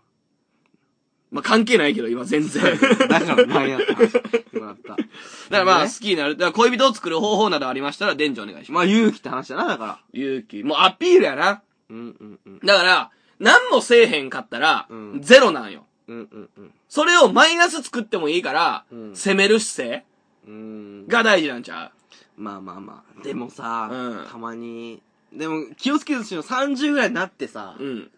まあ、関係ないけど、今全 然。
だから、なんやった話。もらった。
だからまあ、
ね
好きになる。だから恋人を作る方法などありましたら、伝授お願いします。
まあ、勇気って話だな、だから。
勇気。もうアピールやな。
うんうんうん。
だから、何もせえへんかったら、
うん
ゼロなんよ。
うんうんうん。
それをマイナス作ってもいいから、
うん
攻める姿勢
うん。
が大事なんちゃ
まあまあまあ。でもさ、
うん
たまに、でも気をつけてしの30ぐらいになってさ、
ううん。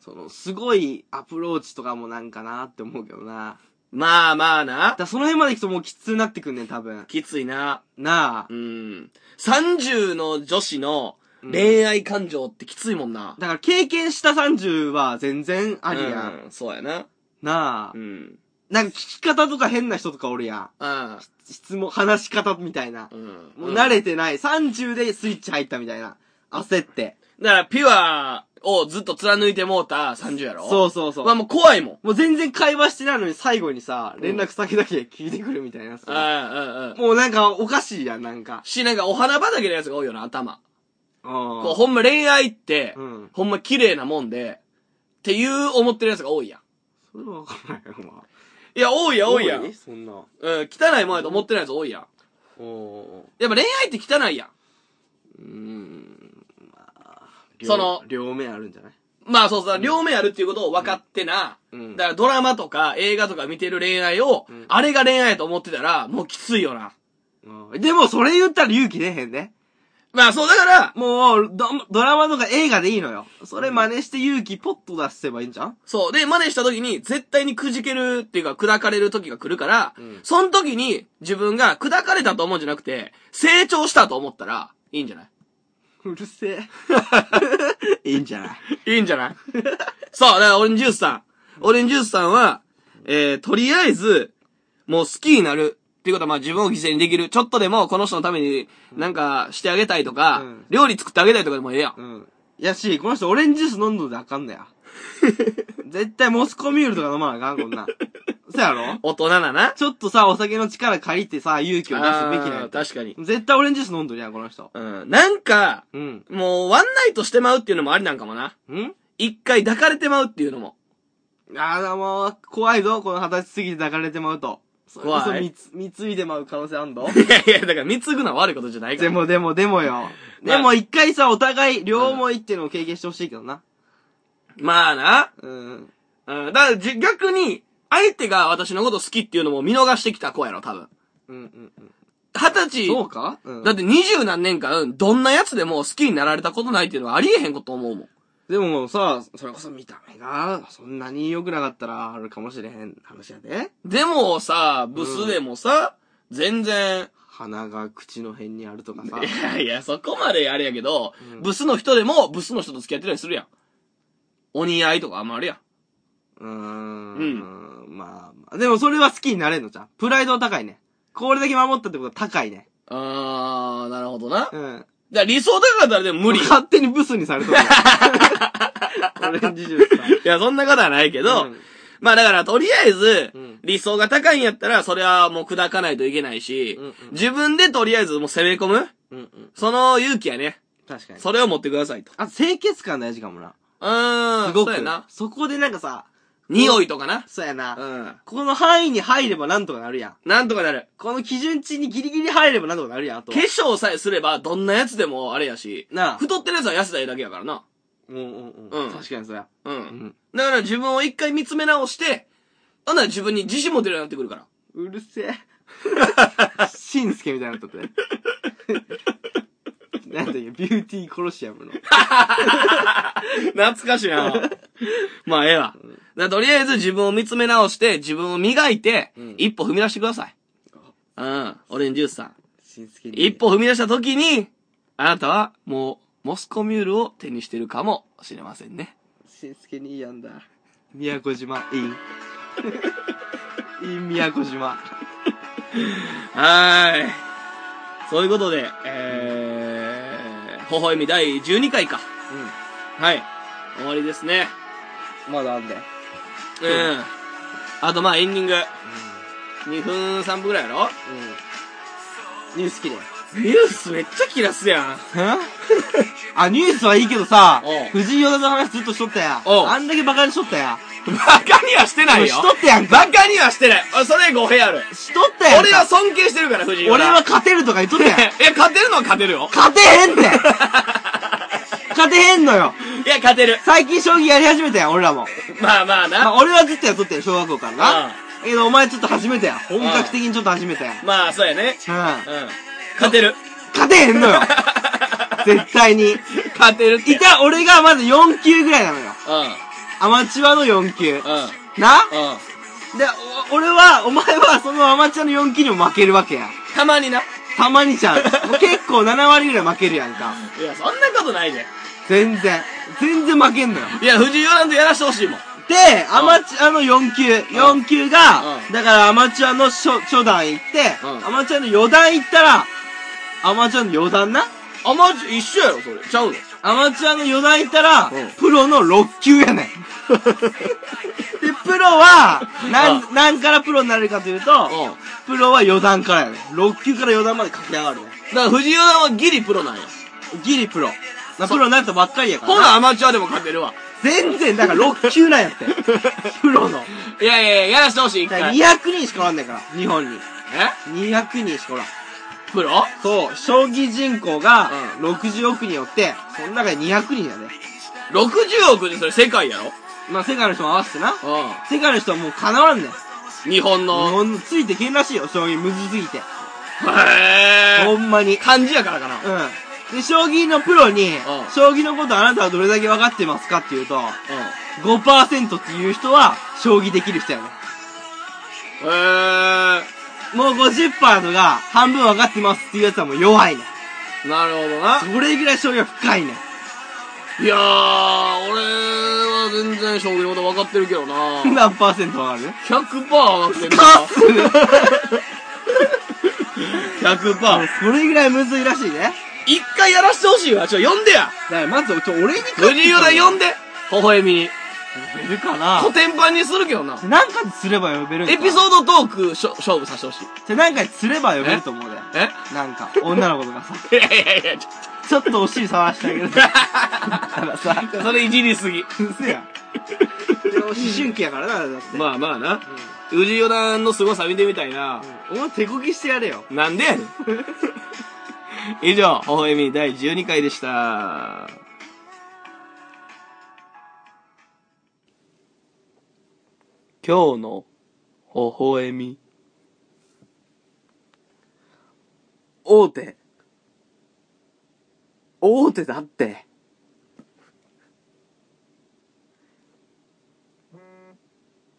その、すごいアプローチとかもなんかなって思うけどな。
まあまあな
だか。らその辺まで行くともうきつになってくんねん、多分。
きついな。
なあ。
うん。30の女子の恋愛感情ってきついもんな。
だから経験した30は全然ありやん。
うん。そうやな。
なあ
う。ん。
なんか聞き方とか変な人とかおるやん。
あ
質問、話し方みたいな
あ。。うん。
もう慣れてない。30でスイッチ入ったみたいな。焦って。
だから、ピュアをずっと貫いてもうた30やろう。
そうそうそう。
まあもう怖いもん。
もう全然会話してないのに最後にさ、連絡先だけ聞いてくるみたいな
う
さ。
んうんうん。
もうなんかおかしいやん、なんか。
し、なんかお花畑のやつが多いよな、頭。こう、
う
ほんま恋愛って、
ん。うん。
ほんま綺麗なもんで、っていう思ってるやつが多いやん。
それはわからないよ、ま
いや、多い
あ。
や、多いやん。うん、
そんな。
汚いもんやと思ってないやつ多いやん。
おお。
やっぱ恋愛って汚いやん。
うーん。まあ。両
その
両面あるんじゃない
まあそうさ、両面あるっていうことを分かってな。
うん
だからドラマとか映画とか見てる恋愛を、
うん
あれが恋愛やと思ってたら、もうきついよな。
うん。でもそれ言ったら勇気出へんね。
まあそう、だから、
もうド、ドラマとか映画でいいのよ。それ真似して勇気ポッと出せばいいんじゃん
そう。で、真似した時に、絶対にくじけるっていうか、砕かれる時が来るから、
うん
その時に、自分が砕かれたと思うんじゃなくて、成長したと思ったら、いいんじゃないう
るせ え。いいんじゃない
いいんじゃない そう、だからオレンジジュースさん。オレンジジュースさんは、えー、とりあえず、もう好きになる。っていうことは、まあ自分を犠牲にできる。ちょっとでも、この人のために、なんか、してあげたいとか、
うん
料理作ってあげたいとかでもええやん。
うん。やし、この人オレンジジュース飲んどんであかんのや。絶対モスコミュールとか飲まなあかん、こんなん。そやろ
大人だな。
ちょっとさ、お酒の力借りてさ、勇気を出すべきなん
あ
や
ー。確かに。
絶対オレンジジュース飲んどるやん、この人。
うん。なんか、
うん。
もう、ワンナイトしてまうっていうのもありなんかもな。
ん
一回抱かれてまうっていうのも。
あー、もう、怖いぞ、この二十歳過ぎて抱かれてまうと。それこそ
怖い
みつ、貢いでまう可能性あんの
いやいや、だから貢ぐのは悪いことじゃないか
で
ら。
もでもでもよ。
まあ
でも一回さ、お互い、両思いっていうのを経験してほしいけどな。
まあな。
うん。
うん。だからじ、逆に、相手が私のこと好きっていうのも見逃してきた子やろ、多分。
うんうんうん。
二十
そ
歳、
うかうん
だっ。て二十何年間、どんなやつでも好きになられたことないっていうのはありえへんこと思うもん。
でももうさ、それこそ見た目が、そんなに良くなかったらあるかもしれへん話やで。
でもさ、ブスでもさ、全然、
鼻が口の辺にあるとか さ。
いやいや、そこまであれやけど、
うん
ブスの人でもブスの人と付き合ってたりするやん。お似合いとかあんまあるやん。
うーん。まあまあ。でもそれは好きになれんのじゃん。プライドは高いね。これだけ守ったってことは高いね。
あー、なるほどな。
うん。
じゃあ理想高かったらでも無理。い
勝手にブスにされとる。 オレンジジュースさ。
や、そんなことはないけど、
うん
まあだからとりあえず
うん、
理想が高いんやったら、それはもう砕かないといけないし、
うんうん
自分でとりあえずもう攻め込む
うんうん。
その勇気やね。
確かに。
それを持ってくださいと。
あと清潔感大事かもな。
うーん。
すごく。
そうやな。
そこでなんかさ、
匂いとかな。
そうやな。
うん。
この範囲に入ればなんとかなるやん。
なんとかなる。
この基準値にギリギリ入ればなんとかなるやん、あと
化
は。
粧さえすれば、どんなやつでもあれやし、
なあ。
太ってるやつは痩せたいだけやからな。
うんうん
う
うんん。確かにそりゃ。
う。
うんん。
だから自分を一回見つめ直して、ほんなら自分に自信持てるようになってくるから。
うるせえ。しんすけみたいになったって。 なんだっけ、ビューティーコロシアムの。
懐かしいな。まあ、ええわ。だからとりあえず自分を見つめ直して、自分を磨いて、
うん
一歩踏み出してください。うん。オレンジジュースさん。
しんすけに。
一。歩踏み出した時に、あなたはもう、モスコミュールを手にしてるかもしれませんね。
しんすけにいいやんだ。宮古島、い い。いい宮古島。
はーい。そういうことで、えー、微笑み第12回か。
う
はい。終わりですね。
ん。まだあんだよ。
うん。あとまあエンディング。2分3分ぐらいやろ
うん。ニュース綺麗。
ニュースめっちゃ切らすやん。
あ、ニュースはいいけどさ
おう、
藤井四段の話ずっとしとったや。
おう
あんだけバカにしとったや。
バカにはしてないよ。
しとったやんか。
バカにはしてない。あそれ語弊ある。
しとったやんか。
俺は尊敬してるから、藤井
俺は
は。
勝てるとか言っとったやん。
いや、勝てるのは勝てる よ。
勝てへんって勝てへんのよ
いや、勝てる。
最近将棋やり始めたやん、俺らも。
まあまあ
まあ、
な。
俺はずっとやっとったよ、小学校から
うん
な。だけど、お前ちょっと始めたやん。本格的にちょっと始めたやん。うん。
まあ、そうやね。う
勝
ん。勝てる。
てへんの よ絶対に。
勝てるって。
いた、俺がまず4級ぐらいなのよ。
うん。
アマチュアの4級。
うん。
な
うん。
で、お俺は、お前はそのアマチュアの4級にも負けるわけやん。
たまにな。
たまにちゃん。もう結構7割ぐらい負けるやんか。
いや、そんなことないで。
全然。全然負けんのよ。
いや、藤井四段とやらしてほしいもん。
で、アマチュアの4級、4級が、
うん
だからアマチュアの初初段行って、
うん
アマチュアの4段行ったら、アマチュアの4段な
あ、まじ、一緒やろ、それ。ちゃうの。
アマチュアの4段行ったら、
うん
プロの6級 やねん。で、プロは、なん、何からプロになれるかというと、
うん。
プロは4段からやねん。6級から4段まで駆け上がるね
だから藤井四段はギリプロなんや。
ん。ギリプロ。なプロになったばっかりやから
ほ
な。
ら、アマチュアでも勝てるわ。
全然、だから6級なんや って。プロの。
いやいやいや、やらしてほしい、一
だから
回。
200人しかおらんねんから、日本に。
え
200人しかおらん。
プロ
そう、将棋人口が
う
60億人おって、その中で200人やね。
?60 億でそれ世界やろ
まあ世界の人も合わせてな。
う
世界の人はもうかなわんねん。日
ん。日本の。
本のついてけんらしいよ、将棋むずすぎて。
へ
ほ
ー。
んまに。
漢字やからかな。
うん。で、将棋のプロに、将棋のことあなたはどれだけ分かってますかっていうと、
う
5%っていう人は、将棋できる人やね
ん。へー。
ん。もう50%が、半分分かってますっていうやつはもう弱いねん。
なるほどな。
それぐらい将棋は深いねん。
いやー、俺は全然将棋のこと分かってるけどな。
何パーセント分かる
100%分かってる
かっ
な。100%。
それぐらいむずいらしいね。
一回やらしてほしいわ。ちょ、呼んでや。
だからまず、ちょ、俺に勝って
藤井四段呼んで。微笑みに。
呼べるかな
古典版にするけどな。
なんかにすれば呼べるんか
エピソードトークしょ勝負させてほしい。
じゃなんかにすれば呼べると思うで。
え
なんか、女の子とかさ、
いやいやいや、ちょ
ちょっとお尻触らしてあ げるからさ、
っと、それいじりすぎ。
うせやん。でも思春期やからな、だって。
まあまあな。藤井四段の凄さ見てみたいな。
うん、お前手こぎしてやれよ。
なんでやねん以上、微笑み第12回でした。今日の微笑み。
大手。大手だって。